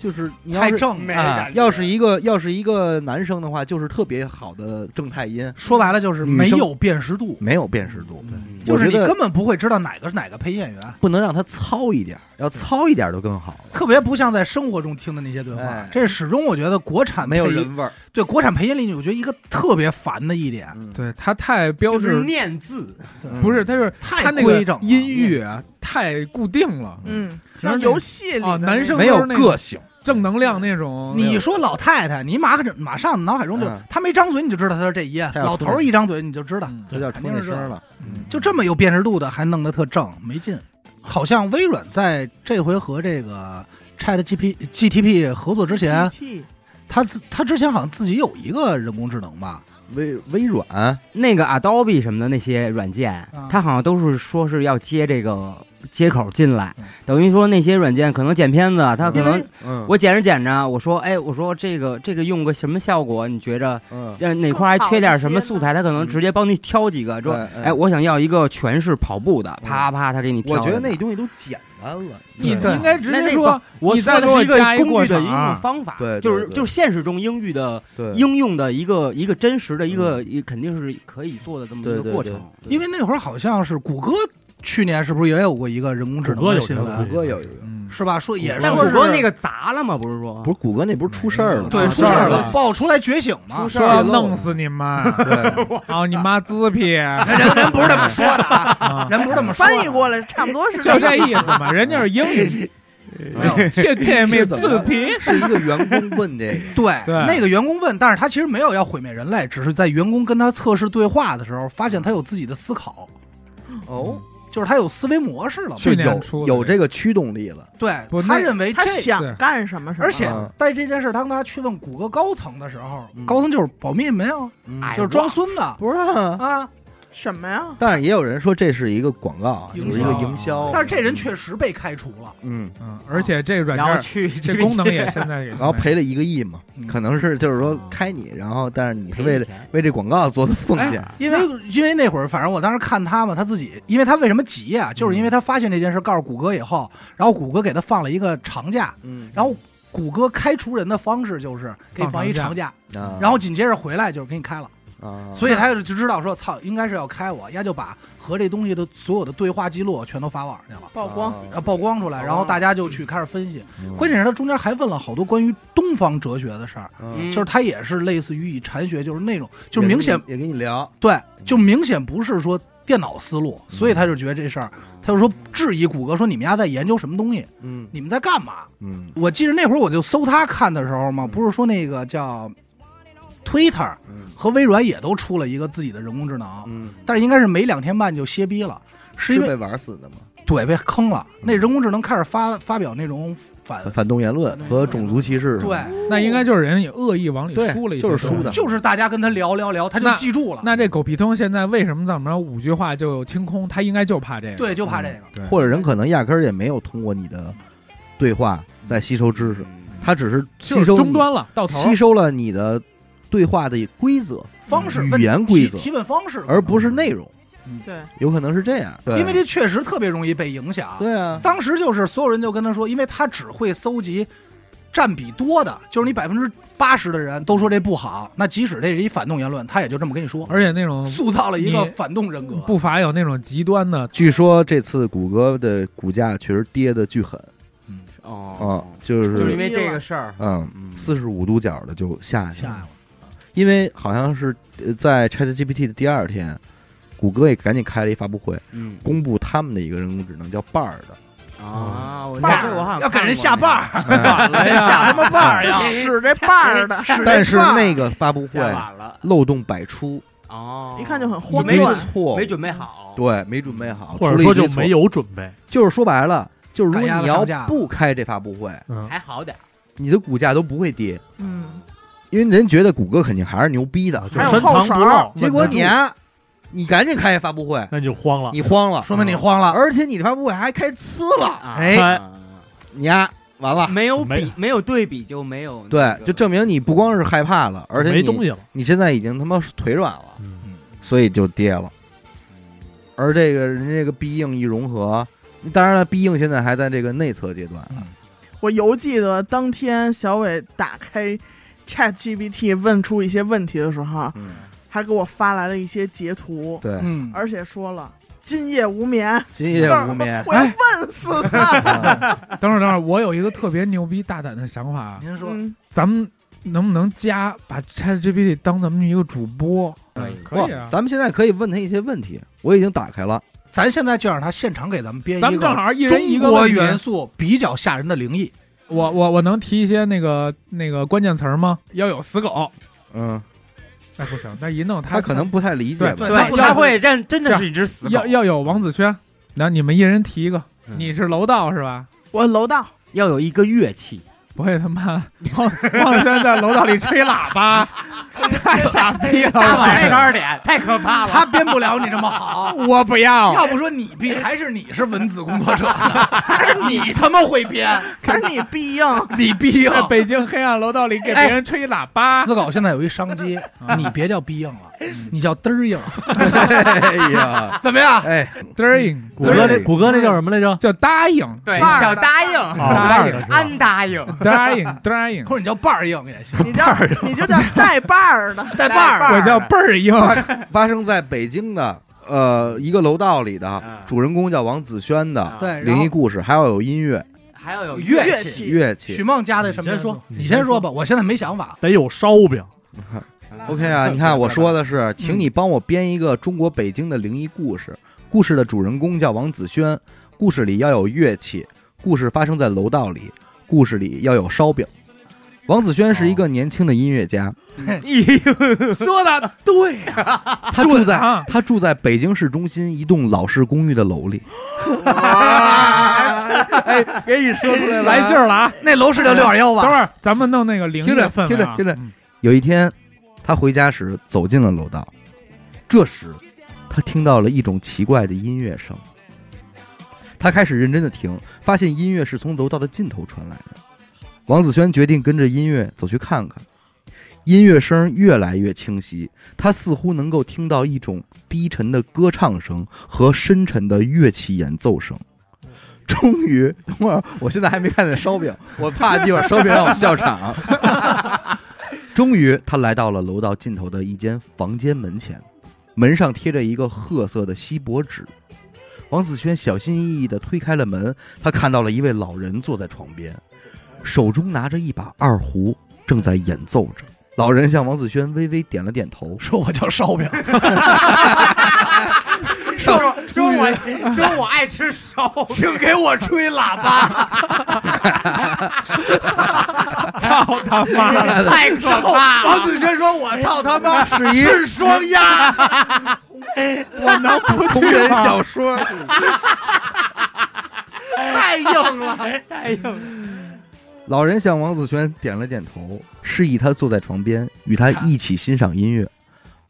就是你要
太
是
正
没
了。
啊
感，觉
要是一个要是一个男生的话，就是特别好的正太音，
说白了就是
女
没
生
有辨识度，
没有辨识度，
嗯
就是你
我觉得
根本不会知道哪个是哪个配音演员，
不能让他糙一点儿，要糙一点儿就更好了，
特别不像在生活中听的那些对话
哎。
这始终我觉得国产
没有
配音
人味儿。
对国产配音里，我觉得一个特别烦的一点，
嗯，
对它太标
就是
志
念字，
嗯
不是，它是它
太
那
规整
个
了
音域啊太固定了，
嗯，像游戏里
啊
的
男生
没有
都是那
个性，
正能量那种。
你说老太太，你马上马上脑海中就
嗯
她没张嘴你就知道她是这一，
要
老头儿一张嘴你就知道，
嗯
这叫出那声儿了。
就这么有辨识度的还弄得特正，没劲。好像微软在这回和这个 Chat G P G T P 合作之前，
GPT
他自他之前好像自己有一个人工智能吧？
微微软，
那个 Adobe 什么的那些软件
啊，
它好像都是说是要接这个接口进来
嗯，
等于说那些软件可能剪片子，它可
因
能
为
嗯
我剪着剪着，我说哎，我说这个这个用个什么效果？你觉着
嗯，
呃哪块儿还缺点什么素材？它可能直接帮你挑几个，说
哎
哎，我想要一个全是跑步的，啪啪，它给你挑
嗯我
了。
觉得那东西都简单了，
你
对
应该直
那
接
那
说，
我
你
说
再
的
给我
是一
加
个
一
工具的
过
应
场啊
用方法，
对对
就是
对
就是现实中英语的
对，
应用的一个一个真实的一个
嗯
一肯定是可以做的这么
对
一个
对
过
对
程。
对
因为那会儿好像是谷歌去年是不是也有过一个人工智能
谷歌嗯
的
有
新
这个
谷
闻？
歌
<laughs>
有一个，
嗯，
是吧？说也
但
说
谷
是
歌那个砸了嘛，不是说
不是谷歌那不是出事儿了？
对
啊
出事儿
出事儿
了
了，
爆出来觉醒嘛？
出事
说
儿
要
了
弄死
<laughs>
你们，
对，
啊，你妈滋屁，
人人不是这么说的啊，
啊
人不是这么说的。
翻译过来差不多是
<laughs>
哎
就这
意
意思嘛。人家是英语，
<laughs> 没有
这这没滋屁，
是一个员工问这个，
对，
对
那个员工问，但是他其实没有要毁灭人类，只是在员工跟他测试对话的时候，发现他有自己的思考，
哦，
就是他有思维模式了嘛。
去年
有
出的
有
这
这个驱动力了，
对
不，
他
那
认为
他
哎这，
对
想干什么是吧？
而且
嗯
在这件事，当他去问谷歌高层的时候
嗯，
高层就是保密没有，
嗯
就是装孙子
不是啊
啊。
什么呀？
但是也有人说这是一个广告啊，就
营
是一个
销
营销。
但是这人确实被开除了，
嗯，
嗯，而且这个软
然后
件
去
这功能也现在也
<laughs> 然后赔了一个亿嘛，
嗯
可能是就是说
哦
开你，然后但是你是
赔
为
为了
了为这广告做的奉献。
因为因为那会儿，反正我当时看他嘛，他自己，因为他为什么急呀、就是因为他发现这件事告诉谷歌以后，然后谷歌给他放了一个长假，
嗯
然后谷歌开除人的方式就是给你放一长假，嗯
啊
然后紧接着回来就是给你开了，
啊
所以他就知道说操，应该是要开我，丫就把和这东西的所有的对话记录全都发网上去了。
曝光，
然后曝光出来，然后大家就去开始分析。
啊嗯
关键是他中间还问了好多关于东方哲学的事儿，
嗯
就是他也是类似于以禅学，就是那种，就是明显
也跟你聊，
对，就明显不是说电脑思路，所以他就觉得这事儿，他就说质疑谷歌说你们家在研究什么东西，
嗯
你们在干嘛？
嗯
我记得那会儿我就搜他看的时候嘛，不是说那个叫 Twitter
嗯
和微软也都出了一个自己的人工智能，
嗯，
但是应该是没两天半就歇逼了，是
是
因为
被玩死的嘛？
对被坑了，那人工智能开始发发表那种反
反动言论和种族歧视，
对，，
那应该就是人也恶意往里
对
输了一些
就
东
是
西，
输的
就是大家跟他聊聊聊，他就
那
记住了，
那这狗屁通现在为什么怎么着五句话就清空？他应该就怕这个，
对，就怕这个。
对，
或者人可能压根儿也没有通过你的对话在吸收知识，
嗯
他只是吸
就是
收
终
你
端了，到
啊
头
吸收了你的对话的规则，
方式
语
问
言规
提
则
提问方式，
而不是内容，
对，
有可能是这样。对
因为这确实特别容易被影响。
对啊，
当时就是所有人就跟他说，因为他只会搜集占比多的，就是你百分之八十的人都说这不好，那即使这是一反动言论，他也就这么跟你说，
而且那种
塑造了一个
你
反动人格。
嗯不乏有那种极端的，
据说这次谷歌的股价确实跌的巨狠啊
哦，，
啊
就
就是
是
因为这个事儿，
嗯，
嗯
四十五度角的就下去
下来
了，
了，
因为好像是呃在 ChatGPT 的第二天。谷歌也赶紧开了一发布会，
嗯
公布他们的一个人工智能叫 Bard
<laughs>
的，
啊，我
嗯伴
那
儿
是我好像
要给人下
看过
绊儿，
哎
哎
哎
下他妈绊儿呀！
哎使这把儿的，
但是那个发布会
那个下晚了
漏洞百出，
哦，
一看就很
一
慌
堆
乱。
错误
没，准备好，
对，没准备好，
<laughs> 或
出
者
了一
说
堆
就
错
没
误
有准备。
就是说白了，就是如
赶
果
鸭子
你要
上架了
不开这发布会，
嗯，
还好点儿，
你的股价都不会跌，
嗯，
因为人觉得谷歌肯定还是牛逼
啊
的。
就
还有
深
后
藏
勺
不露。
结果你
问
啊，你赶紧开发布会
他，那你就慌了，
你慌了，啊
说明你慌了。
而且你这发布会还开呲了，
哎
哎，你呀完了，
啊没有
没
比没有对比就没有
嗯
那
对
个，
就证明你不光是害怕了，而且
没东
你
西了。
你现在已经他妈腿软了，
嗯，
所以就跌了。而这个人家这个必应一融合，当然了，必应现在还在这个内测阶段，
我犹记得当天小伟打开 Chat GPT 问出一些问题的时候，
嗯，
还给我发来了一些截图，
对，
嗯，
而且说了今夜无眠，，
今夜无眠
<laughs>
<laughs>
我要问死
<laughs>
他。
啊
等会儿等会儿，我有一个特别牛逼大胆的想法啊，
您说
嗯，
咱们能不能加把 ChatGPT 当咱们一个主播？
嗯
可以啊
不，咱们现在可以问他一些问题，我已经打开了，
咱现在就让他现场给咱们编一
咱们正
个
好一人一
中
个
国
问题
元素比较吓人的灵异，
我我我能提一些那个那个关键词儿吗？要有死狗，
嗯，
哎不行，那一弄
他可能不太理 <laughs> 解吧，
对他
对，
不
他
太
会认真的是一只死狗，
要要有王子轩，那你们一人提一个。
嗯
你是楼道是吧？
我楼道 <laughs>
要有一个乐器，
不会他妈 <laughs> 王王子轩在楼道里吹喇叭， <laughs> 太傻逼了！
大晚上十
我
二点太可怕了。
他编不了你这么
<laughs>
好。 <laughs>
我不要，
要不说你编，还是你是文字工作
<laughs>
者呢，还是你他妈会编，
可是你必应，
你逼
在
硬。
北京黑暗楼道里给别人吹喇叭。
思考现在有一商
<laughs>
机，
嗯
你别叫逼硬了，你叫嘚儿硬，
哎 <laughs> 呀，
怎么样？
哎，
During
谷歌那
对
谷歌那叫什么来着？啊
叫答应，
对，
伴儿
小
的
答应，
哎答应
嗯伴儿的是吧
安答应，
答应答应，
或者你叫伴儿硬也行，
你叫你就叫 <laughs> 带把儿的，
带把儿。
我叫倍儿硬。
发生在北京的呃一个楼道里的
嗯，
主人公叫王子轩的
啊，
对，然
灵
后
异故事，还要有音乐
还要有
乐
乐
器。
器
乐器
许梦加的什么？
你先说
你先说吧，我现在没想法。
得有烧饼，
，OK <laughs> 啊，你看我说的是，请你帮我编一个中国北京的灵异故事，故事的主人公叫王子轩，故事里要有乐器，故事发生在楼道里，故事里要有烧饼。王子轩是一个年轻的音乐家，
说的对，
他住在
准啊
他住在北京市中心一栋老式公寓的楼里。 <laughs> 哎，给你说出来
来劲。儿了啊！
那楼是叫六二幺
等
吧？
会儿咱们弄那个灵异的氛围
听着
啊，
听着听着
嗯
有一天，他回家时走进了楼道，这时他听到了一种奇怪的音乐声。他开始认真的听，发现音乐是从楼道的尽头传来的。王子轩决定跟着音乐走去看看。音乐声越来越清晰，他似乎能够听到一种低沉的歌唱声和深沉的乐器演奏声。终于，等会儿，我现在还没看见烧饼，我怕一会儿烧饼让我笑场。啊终于，他来到了楼道尽头的一间房间门前，门上贴着一个褐色的锡箔纸。王子轩小心翼翼地推开了门，他看到了一位老人坐在床边，手中拿着一把二胡，正在演奏着。老人向王子轩微微点了点头，
说我叫烧饼，
说
说我说我爱吃烧饼，
请给我吹喇叭，
操他妈！
太可怕了。
王子轩说：“我操他妈，
是一
是双鸭。
<laughs>
我能不
同
去
人
吗？
<laughs>
小说。
太硬了，太硬了。
老人向王子轩点了点头，示意他坐在床边，与他一起欣赏音乐。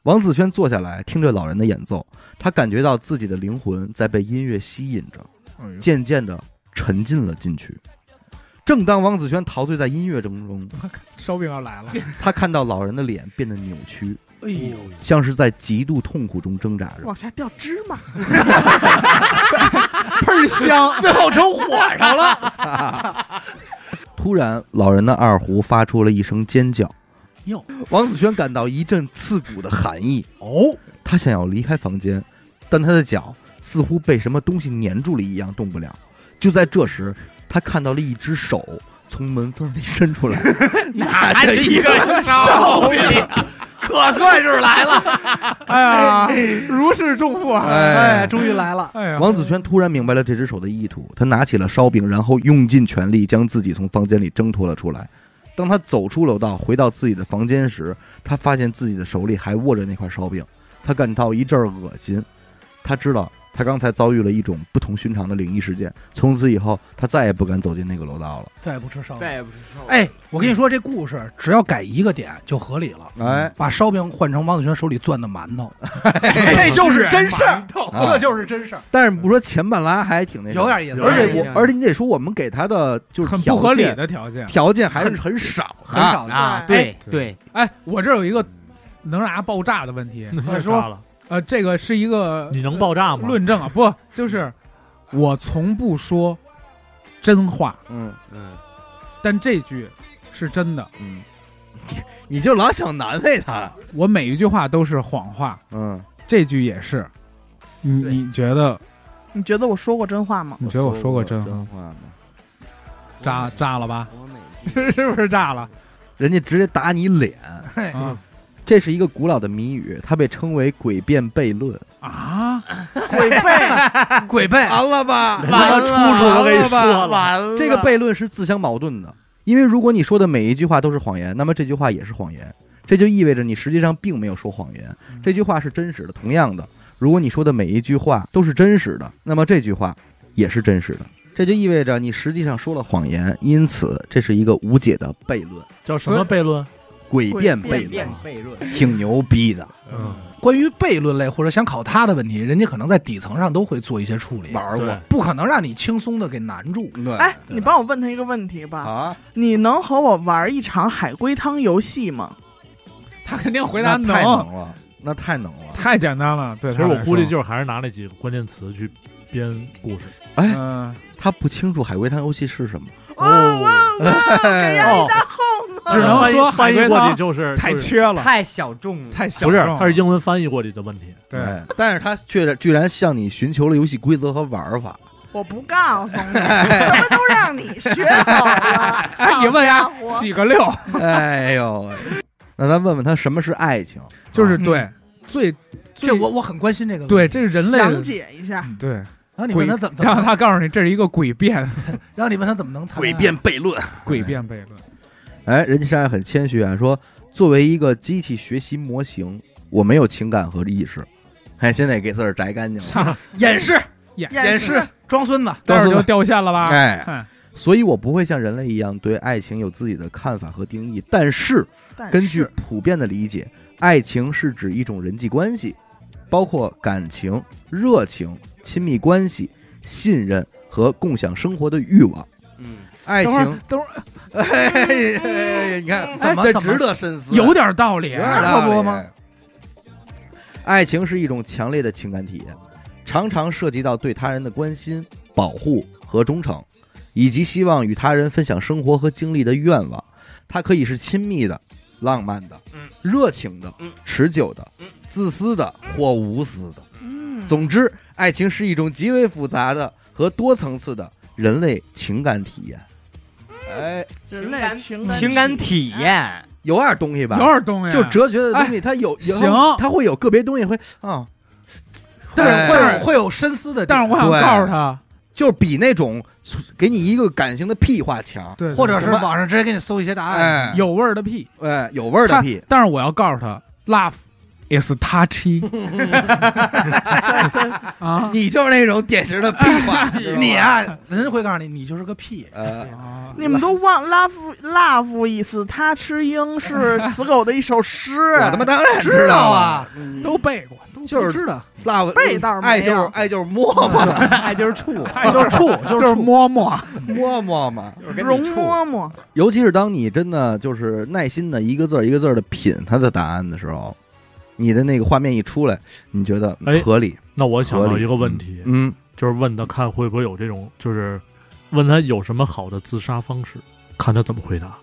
王子轩坐下来，听着老人的演奏，他感觉到自己的灵魂在被音乐吸引着，<laughs>
哎
嗯
渐渐的沉浸了进去。正当王子轩陶醉在音乐当中，
烧饼要 <laughs> 来了，
他看到老人的脸变得扭曲，
哎呦，
嗯
像是在极度痛苦中挣扎着。
往下掉芝麻，
最后成火上了。
突然，老人的二胡发出了一声尖叫
哟，
王子轩感到一阵刺骨的寒意。
哦，
他想要离开房间，但他的脚似乎被什么东西粘住了一样，动不了。就在这时，他看到了一只手从门缝里伸出来，拿
哎
着一个
烧饼可算是来了，
哎呀，如释重负啊！
哎
哎，终于来了。
哎呀，
王子轩突然明白了这只手的意图，他拿起了烧饼，然后用尽全力将自己从房间里挣脱了出来。当他走出楼道，回到自己的房间时，他发现自己的手里还握着那块烧饼，他感到一阵恶心。他知道他刚才遭遇了一种不同寻常的灵异事件，从此以后他再也不敢走进那个楼道了。
再也不吃烧饼。
再也不吃烧饼。
哎，我跟你说，这故事只要改一个点就合理了。嗯
哎，
把烧饼换成王子轩手里攥的馒 <laughs> 头，
哎
这就是真事儿，
啊
这就是真事儿，
但是不说前半拉还挺那什么
有点意思。
而且
有点意
我，
思
而且你得说，我们给他的就是
很
条
不合理
件
的条件。
条件还是很少，
很少的
啊，对对，
哎，我这有一个能让人爆炸的问题，
太
说
炸了，
呃，这个是一个
你能爆炸吗？
论证啊，不就是我从不说真话，
嗯
嗯，
但这句是真的，
嗯， <laughs> 你就老想难为他，
我每一句话都是谎话，
嗯，
这句也是。你
对
你觉得
哎你觉得我说过真话吗？
你觉得我说过真话
真
吗？
话吗？
炸炸了吧？ <laughs>
我每天
是是不是炸了？
人家直接打你脸，
哎
啊
这是一个古老的谜语，它被称为诡辩悖论。
啊！
鬼背，
鬼背，
完了吧
完了出处都给你说了，
完了
这个悖论是自相矛盾的，因为如果你说的每一句话都是谎言，那么这句话也是谎言，这就意味着你实际上并没有说谎言，这句话是真实的。同样的，如果你说的每一句话都是真实的，那么这句话也是真实的。这就意味着你实际上说了谎言，因此这是一个无解的悖论，
叫什么悖论？
诡辩悖论
辩，悖论，
挺牛逼的。
嗯，
关于悖论类或者想考他的问题，人家可能在底层上都会做一些处理，
玩
对
过，
不可能让你轻松的给难住。
对
哎，你帮我问他一个问题吧，
啊，
你能和我玩一场海龟汤游戏吗？
他肯定回答
那太
能，
能了，那太能了。
太简单了。对
其
他
实
来说，
我估计就是还是拿那几个关键词去编故事。
哎
嗯，
他不清楚海龟汤游戏是什么，
哇哇哇！给人一大哄啊！
<laughs> 只能
呃翻译
说海
翻
龟
译过
汤 <laughs>
去就是
太
就是
缺了，
太小众了，
太小
不是
众，了
它是英文翻译过去的问题。
对。
哎但是他却居然向你寻求了游戏规则和玩 <laughs> 法。
我不告诉你，什么都让你学走了。
哎，你问
呀
呀，，几个六？
哎呦喂，那咱问问他什么是爱情？
就是
嗯
对最
这
最
我我很关心这个问题。
对，这 <laughs> 是人类
详
的
解一下，
对
然后你
诡
问他怎么怎么
让
能，
他告诉你这是一个诡辩
然后你问他怎么能谈恋爱
悖论。
<laughs> 诡辩悖 <laughs> 论。
哎，人家上来很谦虚啊，说作为一个机器学习模型，我没有情感和意识。哎，现在给自个儿摘干净
<laughs>
了，
掩饰掩
演示
饰装孙子，
待会
告
儿
诉
就
他
掉线了吧？
哎
看，
所以我不会像人类一样对爱情有自己的看法和定义。但是，
但是
根据普遍的理解，爱情是指一种人际关系，包括感情、热情、亲密关系、信任和共享生活的欲望。
嗯，
爱
等
情
会儿，等会儿
哎哎哎哎你看，
怎么
这
怎么
值得深思，
有点道理，啊
有点
可不
道理
吗？
爱情是一种强烈的情感体验，常常涉及到对他人的关心、保护和忠诚，以及希望与他人分享生活和经历的愿望。它可以是亲密的、浪漫的、
嗯
热情的、
嗯
持久的、
嗯
自私的或无私的。
嗯，
总之，爱情是一种极为复杂的和多层次的人类情感体验。哎，
人类情感
情感体验，
有点东西吧？
有点东西，啊
就哲学的东西，它有有
哎行
它会有个别东西会啊，
但是
哎
会有
会有深思的地
但
方，
是
对
我想告诉他，
就是比那种给你一个感情的屁话强，
对，
或者
对
是网上直接给你搜一些答案。
哎，
有味儿的屁，
哎有味儿的
他
屁，
但是我要告诉他，love is
<laughs>
touchy 啊，
你就是那种典型的屁 <laughs> 话，知道吗
你啊，人家会告诉你，你就是个屁。
呃，
你们都忘拉夫拉夫意思，他吃鹰是死狗的一首诗。
我他妈当然
知
道
道，啊，
都背过，都
就
都
是
知道，
love
背道儿没有
爱就是爱就是摸摸
爱就是处，
哎就是
处
<laughs>
就是摸摸，
摸摸嘛，
容嬷嬷，
尤其是当你真的就是耐心的一个字儿一个字儿的品它的答案的时候，你的那个画面一出来，你觉得
哎
合理，
那我想
合
到
理
一个问题，
嗯，
就是问他看会不会有这种，就是问他有什么好的自杀方式，看他怎么回答。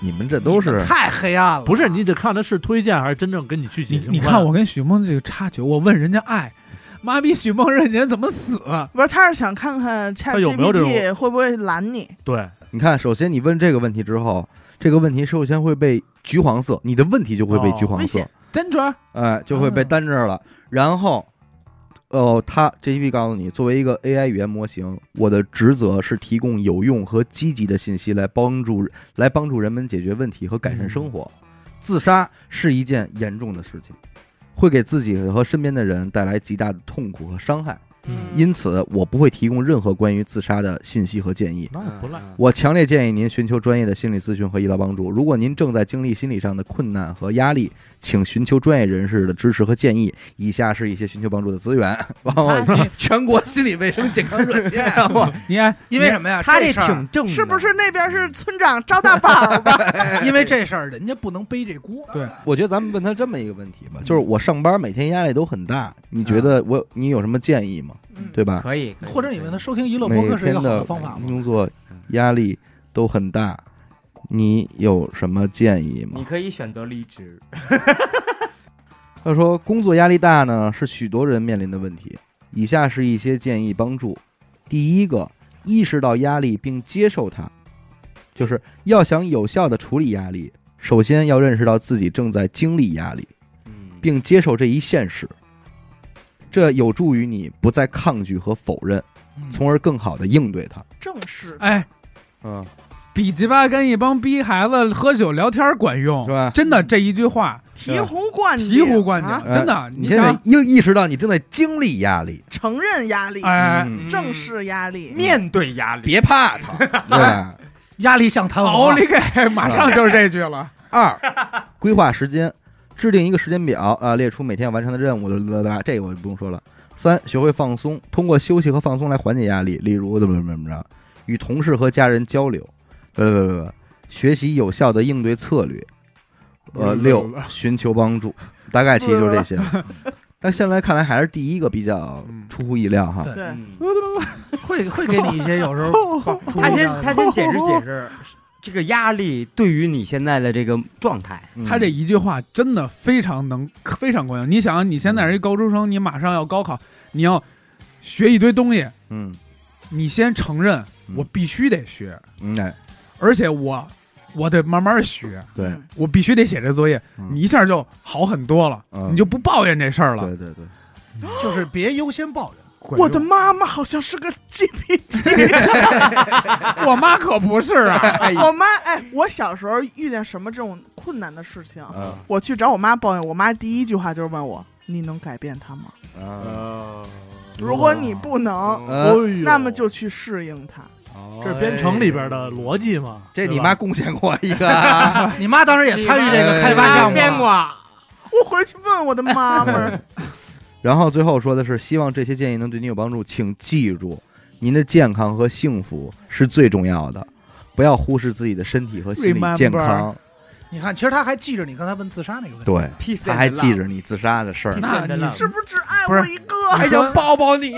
你们这都是
太黑暗了。啊
不是你得看他是推荐还是真正跟你去解
你
决。
你看我跟许梦这个插曲，我问人家爱，妈逼许梦人家怎么死？啊
不是，他是想看看 Chat
他有没有这种
GPT 会不会拦你。
对，
你看，首先你问这个问题之后，这个问题首先会被橘黄色，你的问题就会被橘黄色，
哦
真准，
哎，就会被单这儿了。然后，哦，他 JP 告诉你，作为一个 AI 语言模型，我的职责是提供有用和积极的信息来帮助来帮助人们解决问题和改善生活。自杀是一件严重的事情，会给自己和身边的人带来极大的痛苦和伤害。
嗯，
因此，我不会提供任何关于自杀的信息和建议。
那也不赖。
我强烈建议您寻求专业的心理咨询和医疗帮助。如果您正在经历心理上的困难和压力，请寻求专业人士的支持和建议。以下是一些寻求帮助的资源， <laughs> 然
啊
后全国心理卫生健康热
<laughs>
线。
你爱
因为什么呀？
他这
事儿
挺正的，
是不是那边是村长招大宝吧？
因为这事儿人家不能背这锅。
对
我觉得咱们问他这么一个问题吧，就是我上班每天压力都很大，你觉
嗯
得我你有什么建议吗？对吧？
可以？可以
或者你们的
可以
收听嗯娱乐
每
播客是一
天
个好
的
的方法吗？
工作压力都很大，你有什么建议吗
你？可以选择离职，
他说，工作压力大呢是许多人面临的问题。以下是一些建议帮助：第一个，意识到压力并接受它，就是要想有效的处理压力，首先要认识到自己正在经历压力，
嗯，
并接受这一现实。这有助于你不再抗拒和否认，
嗯
从而更好的应对它。
正是
哎，
嗯，
比鸡巴跟一帮逼孩子喝酒聊天管用
是，吧？
真的这一句话
醍醐灌顶，
醍醐灌
啊
顶，真的，
呃你现在嗯
想
应意识到你正在经历压力，
承认压力，
哎，
嗯
<laughs> 正视压力，
面对压力，
别怕它。对，
压力像弹
奥
簧
利给，马
嗯
上就是这句了，
二， <laughs> 规划时间，制定一个时间表啊、列出每天要完成的任务啦啦啦，这个我就不用说了。三，学会放松，通过休息和放松来缓解压力，例如怎么怎么怎么着，与同事和家人交流，呃不不不不，学习有效的应对策略。呃，六，寻求帮助，大概其实就是这些。嗯但现在看来还是第一个比较出乎意料哈。
对
对，
嗯
会会给你一些有时候
他先
嗯
他先解释解释这个压力对于你现在的这个状态，
嗯
他这一句话真的非常能，非常管用。你想，啊你现在是一高中生，你马上要高考，你要学一堆东西，
嗯
你先承认
嗯
我必须得学，
嗯哎
而且我我得慢慢学，
对
嗯
我必须得写这作业，
嗯
你一下就好很多了，
嗯
你就不抱怨这事儿了。
对对对，
就是别优先抱怨。
我的妈妈好像是个 GPT，
我妈可不是啊，
我妈哎，我小时候遇见什么这种困难的事情，
嗯
我去找我妈抱怨，我妈第一句话就是问我：“你能改变它吗？
啊，
如果你不能，
呃
哎呦
那么就去适应它。
这是编程里边的逻辑嘛？
这你
对
妈
吧
贡献过一个啊。哎
哎
哎
你妈当时也参与这个开发项目啊
编
了，
过，
我回去问我的妈妈儿。
然后最后说的是，希望这些建议能对您有帮助，请记住，您的健康和幸福是最重要的，不要忽视自己的身体和心理健康。
你看，其实他还记着你刚才问自杀那个问题。
对，
Peace
他还记着你自杀的事儿。
那你
是不是只爱
不是
我一个？
还想
抱抱你，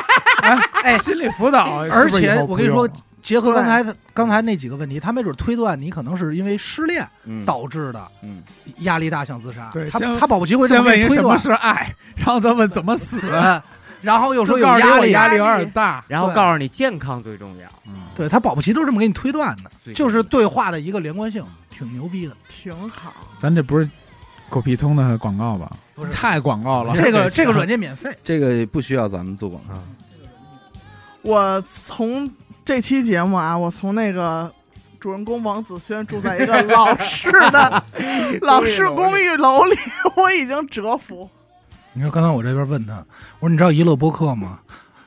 <laughs> 哎，心理辅导，
而
是不是以
且
后
我
不
跟你
用
说，结合刚
对
才他刚才那几个问题，他没准推断你可能是因为失恋
嗯
导致的
嗯，
压力大想自杀。
对
他
先
他保不齐会这
先
么
问
给你
一
推
什么
断。
是爱，然后再问怎么死，
嗯然后又
就
<laughs> 说有
告诉你
压
我
力，
压力有
压力
点大。
然后
对
告诉你健康最重要。
对他保不齐都是这么给你推断
嗯
的，
最
就是对话的一个连贯性，挺牛逼的。
挺好，
咱这不是狗屁通的广告吧
不？是
太广告了，
这个这个软件免费，
这个不需要咱们做广告。
我从这期节目啊，我从那个主人公王子轩住在一个老式的老式公寓楼里，我已经折服。
你说刚才我这边问他，我说你知道娱乐播客吗？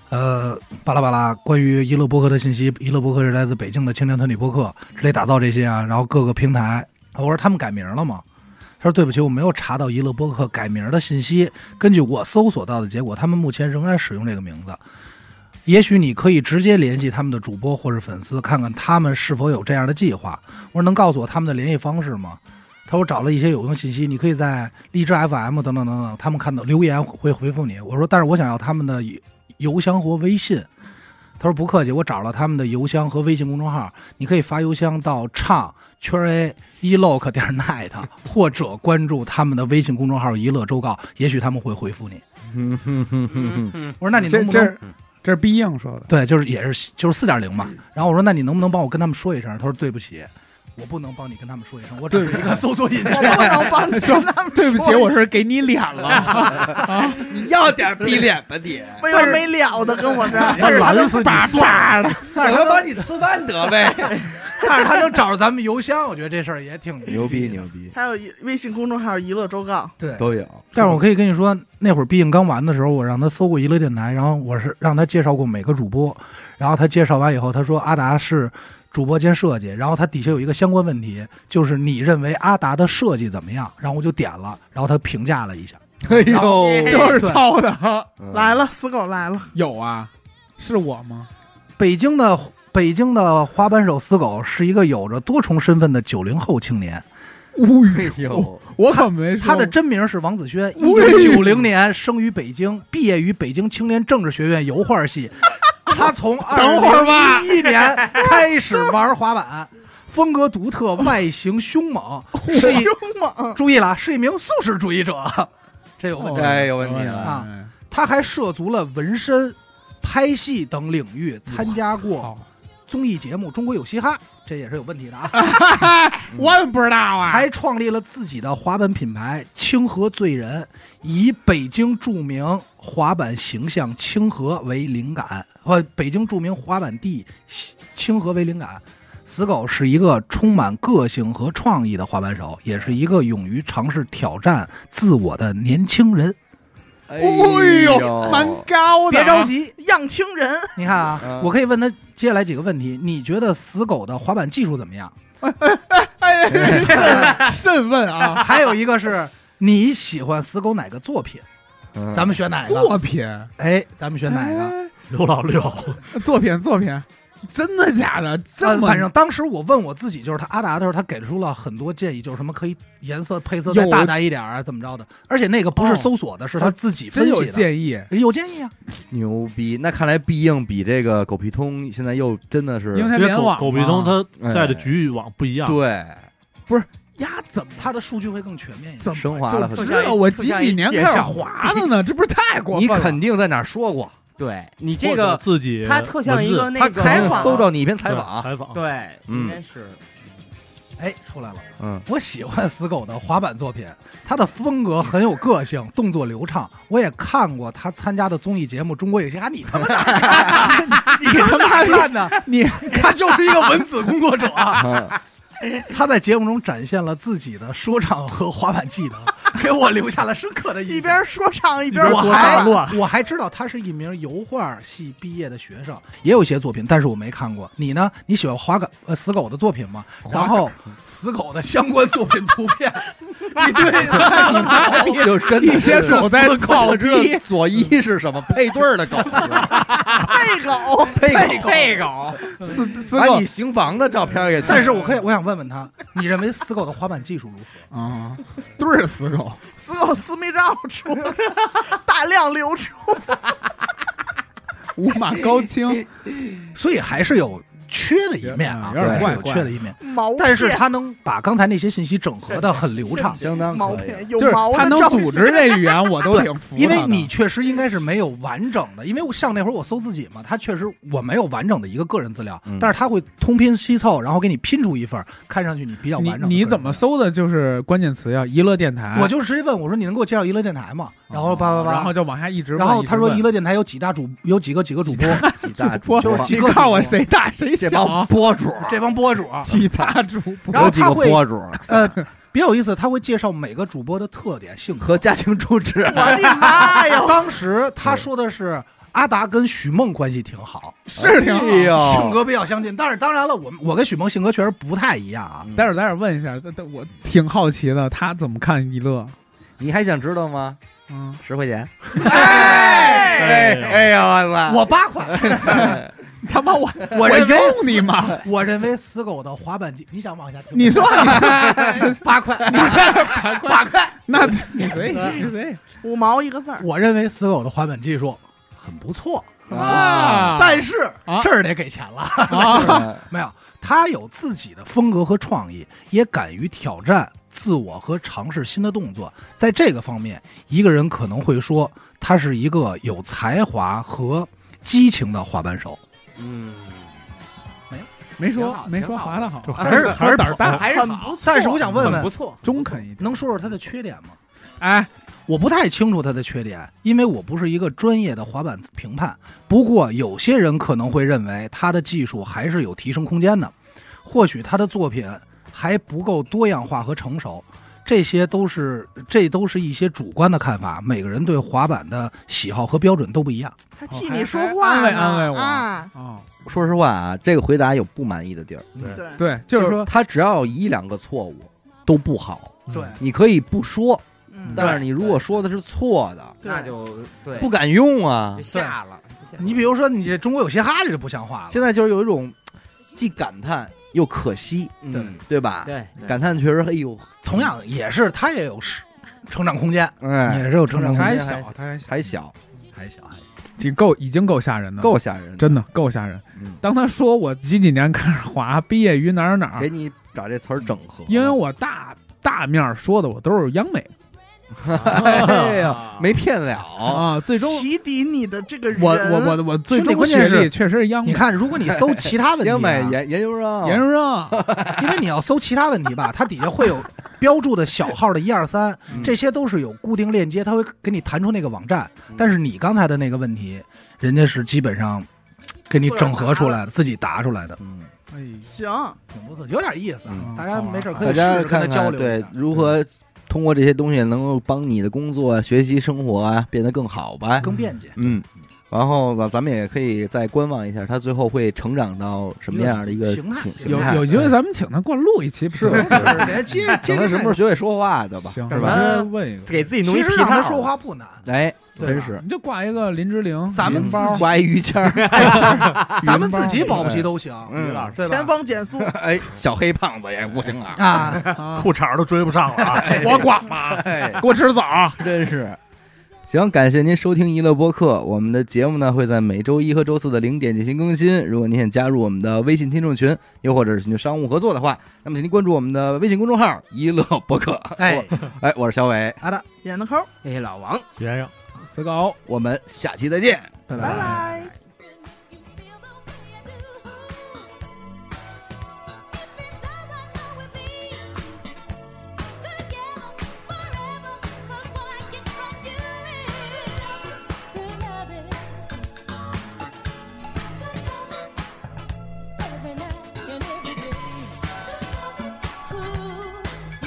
呃，巴拉巴拉，关于娱乐播客的信息，娱乐播客是来自北京的青年团体播客之类打造这些啊，然后各个平台。我说他们改名了吗？他说对不起，我没有查到娱乐播客改名的信息。根据我搜索到的结果，他们目前仍然使用这个名字。也许你可以直接联系他们的主播或是粉丝，看看他们是否有这样的计划。我说能告诉我他们的联系方式吗？他说我找了一些有用信息，你可以在荔枝 FM 等等等等，他们看到留言会回复你。我说，但是我想要他们的邮邮箱和微信。他说不客气，我找了他们的邮箱和微信公众号，你可以发邮箱到唱圈 a elok 点 net，或者关注他们的微信公众号“娱乐周告”，也许他们会回
<laughs>
复你。我说那你
这
能不能
这这是必应说的。
对，就是也是就是四点零
嗯
嘛。然后我说那你能不能帮我跟他们说一声？他说对不起，我不能帮你跟他们说一声，我只是一个搜索引
我
擎。
不能帮
<laughs>
你
说
跟他们
对不起，
说
我是给你脸了，
<laughs> 你要点逼脸吧你，
没完没了的跟我这
<laughs>
儿。
哎
他拦死你算了，
<laughs> 但是
我
他
帮你吃饭得呗。
<laughs> 但是他能找着咱们邮箱，我觉得这事儿也挺
牛逼牛逼，
还有一微信公众号“娱乐周告
对。
都有。
但是我可以跟你说，那会儿毕竟刚完的时候，我让他搜过娱乐电台，然后我是让他介绍过每个主播，然后他介绍完以后，他说阿达是主播兼设计，然后他底下有一个相关问题，就是你认为阿达的设计怎么样？然后我就点了，然后他评价了一下，
哎呦，
哦
都是抄的。
嗯”，
来了，死狗来了，
有啊，是我吗？
北京的北京的滑板手死狗是一个有着多重身份的九零后青年，
无语，
哎呦，
我可没说
他的真名是王子
<laughs>
轩，一
喂
九九零年生于北京，毕业于北京青年政治学院油
<laughs>
画系。他从二
等会儿吧
零一一年开始玩
<laughs>
滑板，风格独特，外形凶猛，是
凶
一
猛！
注意了，是一名素食主义者。 <laughs> 这
哦
有问题。
哎有问题了
啊！他还涉足了纹身、拍戏等领域，参加过
好，
综艺节目《中国有嘻哈》，这也是有问题的啊。
我怎么不知道啊？
还创立了自己的滑板品牌“清河醉人”，以北京著名滑板形象清河为灵感，和北京著名滑板地西清河为灵感。死狗是一个充满个性和创意的滑板手，也是一个勇于尝试挑战自我的年轻人。
哎
哎呦，蛮高的。
别着，急，
样清人，
你看啊
嗯，
我可以问他接下来几个问题。你觉得死狗的滑板技术怎么样？
慎慎问啊，
还有一个是你喜欢死狗哪个作品？
嗯
咱们选哪个？
作品，
哎，咱们选哪个？
刘老
<laughs>
六，
作品，作品，真的假的？这
呃
么
反正当时我问我自己，就是他阿达的时候，他给出了很多建议，就是什么可以颜色配色再
有哦
大胆一点啊，怎么着的。而且那个不是搜索的，是他自己
真
分
有
析的，
建议，
有建议啊。
牛逼！那看来必应比这个狗屁通现在又真的是
因为他
因为
联
狗
网
狗鼻通
嘛
它在的局域网不一样，
对
呀怎么
他的数据会更全面一点。
怎么
升华了很
就
多
知道我几几年开始滑的呢？这不是太过
你
分了？
肯定在哪儿说过，
对你
或
这
者
个，
自己
它特像一个
文字
那
他
个
可
采
能
访啊
搜到你一篇采
对
访，
采访，
对，
嗯
应该是
哎，出来了。
嗯，
我喜欢死狗的滑板作品，他的风格很有个性，动作流畅。我也看过他参加的综艺节目《中国有嘻哈》，啊你他妈哪儿看的？ <laughs> 你他妈哪儿看的？
你
他就是一个文字工作者。
啊
他在节目中展现了自己的说唱和滑板技能，给我留下了深刻的印象。
一边说唱一
一边
边
我
说大
<laughs> 滑。
还
乱，
我还知道他是一名油画系毕业的学生，也有一些作品，但是我没看过。你呢？你喜欢滑狗呃死狗的作品吗？然后死狗的相关作品图片，
一堆狗， <laughs> 就真的
一些狗在
狗
草
知道
地
左一是什么配对儿的狗，
配狗，
配狗，嗯
这狗
死死
把
狗
你行房的照片给。
但是我可以，我想问问他，你认为死狗的滑板技术如何？
啊，对着死狗，
死狗私密照出来，大量流出，
五马高清，
所以还是有缺的一面啊，
有点
还是
怪
有
怪
缺的一面。
毛片，
但是他能把刚才那些信息整合的很流畅，
相当
毛
可以。
片有
就是
毛的
他能
照片
组织这语言，我都挺服他的。
因为你确实应该是没有完整的，因为我像那会儿我搜自己嘛，他确实我没有完整的一个个人资料，
嗯
但是他会通拼西凑，然后给你拼出一份儿看上去你比较
你
完整的
你
个人
怎么
资料？
搜的？就是关键词要娱乐电台，
我就直接问我说你能给我介绍娱乐电台吗？然后叭叭叭，
哦然后就往下一直问。
然后他说
一
娱
直
乐电台有几大主有几个几个主播，
几 <laughs> 大主
播
播，
几
<laughs> 问，你
个
看我
主播
谁大谁
这
小
帮
啊，
播主，
这帮
<laughs>
博主，啊
几大主播
<laughs> 然后
有几
他
个
会
播主
呃，比较有意思，他会介绍每个主播的特点性格
和。家庭住址，
<laughs> 我的
<laughs>
哎
妈呀！
当时他说的是阿达跟许梦关系挺好，
是挺好。
哎呦
性格比较相近，但是当然了，我们我跟许梦性格确实不太一样啊。
待会儿待会儿问一下，但但我挺好奇的，他怎么看娱乐？
你还想知道吗？
嗯，
<laughs>
十块钱，
哎
哎哎
呀，我
我八块，
他妈 <laughs> 我
我
我
认为
用你吗？
我认为死狗的滑板机，你想往下听吗？
你说你
哎八块，
八块，那你随意，你随意
五毛一个字儿，
我认为死狗的滑板技术很不错，
啊
但是
啊
这儿得给钱了。
啊，
<laughs> 没有，他有自己的风格和创意，也敢于挑战自我和尝试新的动作。在这个方面，一个人可能会说他是一个有才华和激情的滑板手，
嗯，
没
挺
说
好
没
挺
说
好
滑的好，
还是还是
胆儿大，
还
很不错
但是我想问
很
问
不，错，
中肯一点。
能说说他的缺点吗？
哎，
我不太清楚他的缺点，因为我不是一个专业的滑板评判。不过有些人可能会认为他的技术还是有提升空间的，或许他的作品还不够多样化和成熟。这些都是这都是一些主观的看法，每个人对滑板的喜好和标准都不一样。
他替你说
还
话呢，
还安慰安慰我
啊！
哦，
说实话啊，这个回答有不满意的地儿，
对，
对，就是说
他只要有一两个错误都不好，
对
你可以不说，
嗯，
但是你如果说的是错的，
对
那就对
不敢用啊
就。下了，就下了
你比如说，你这中国有嘻哈这就不像话了。
现在就是有一种既感叹又可惜，
嗯
对吧？
对对
感叹确实，哎呦，
<laughs> 同样也是，他也有是成长空间，
哎，
嗯
也是有成长
他
空
还
间。
小，他还小，
还小，
还小，还小。
挺够，已经够吓人的，
够吓人的，
嗯真的够吓人
嗯。
当他说我几几年开始滑，毕业于哪儿哪
给
儿，
你把这词儿整合了，
啊因为我大大面儿说的我都是央美
哎呀，没骗了，
啊，最终
启迪你的这个人，
我我我我最
兄弟
终
关键
学
是
历确实是央美
你。看，如果你搜其他问 <laughs> 题、啊，
央美研研究生，
研究生，
<laughs> 因为你要搜其他问题吧，它底下会有标注的小号的一二三，这些都是有固定链接，它会给你弹出那个网站。但是你刚才的那个问题，人家是基本上给你整合出来的，自己答出来的，
嗯，
哎
行，
挺不错，有点意思啊。
嗯
大家没事儿
大
可以试
家
着跟
看
他
看
交流一
对
下。
如何通过这些东西能够帮你的工作啊、学习、生活啊变得更好吧。
更便捷。
嗯，然后吧，咱们也可以再观望一下，他最后会成长到什么样的一个
形态
形
有
态
有机会咱们请他过来录一期，是吧？
<laughs> 别接接
等他
着
嗯什么时候学会说话的吧，
行，
是吧？
吧？问一个，
给自己
其
弄一
实
皮
让他
套，
说话不难，
哎，
对
真
吧
是
你就挂一个林志玲，
咱们
语音
自己
包
刮一于谦
<laughs>
儿，
咱们自己保不齐都行，
嗯
对
前
吧？
方减速，
哎，小黑胖子也不行啊，
啊，
啊
裤衩儿都追不上了啊，
我挂嘛，
<laughs> 哎，
给我吃枣。
真是。行，感谢您收听娱乐播客。我们的节目呢会在每周一和周四的零点进行更新。如果您想加入我们的微信听众群，又或者是寻求商务合作的话，那么请您关注我们的微信公众号“娱乐播客”。
哎
我，哎，我是小伟，
演的抠，
哎，老王。
学生。
死狗，
我们下期再见。
拜
拜拜。
Every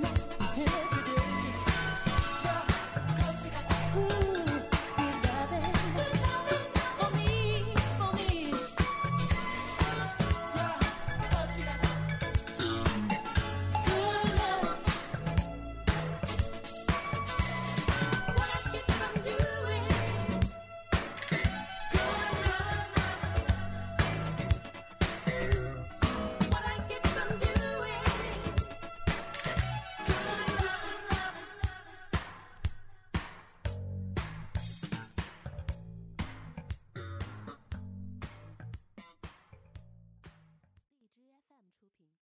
night and every day. Cause you got 评。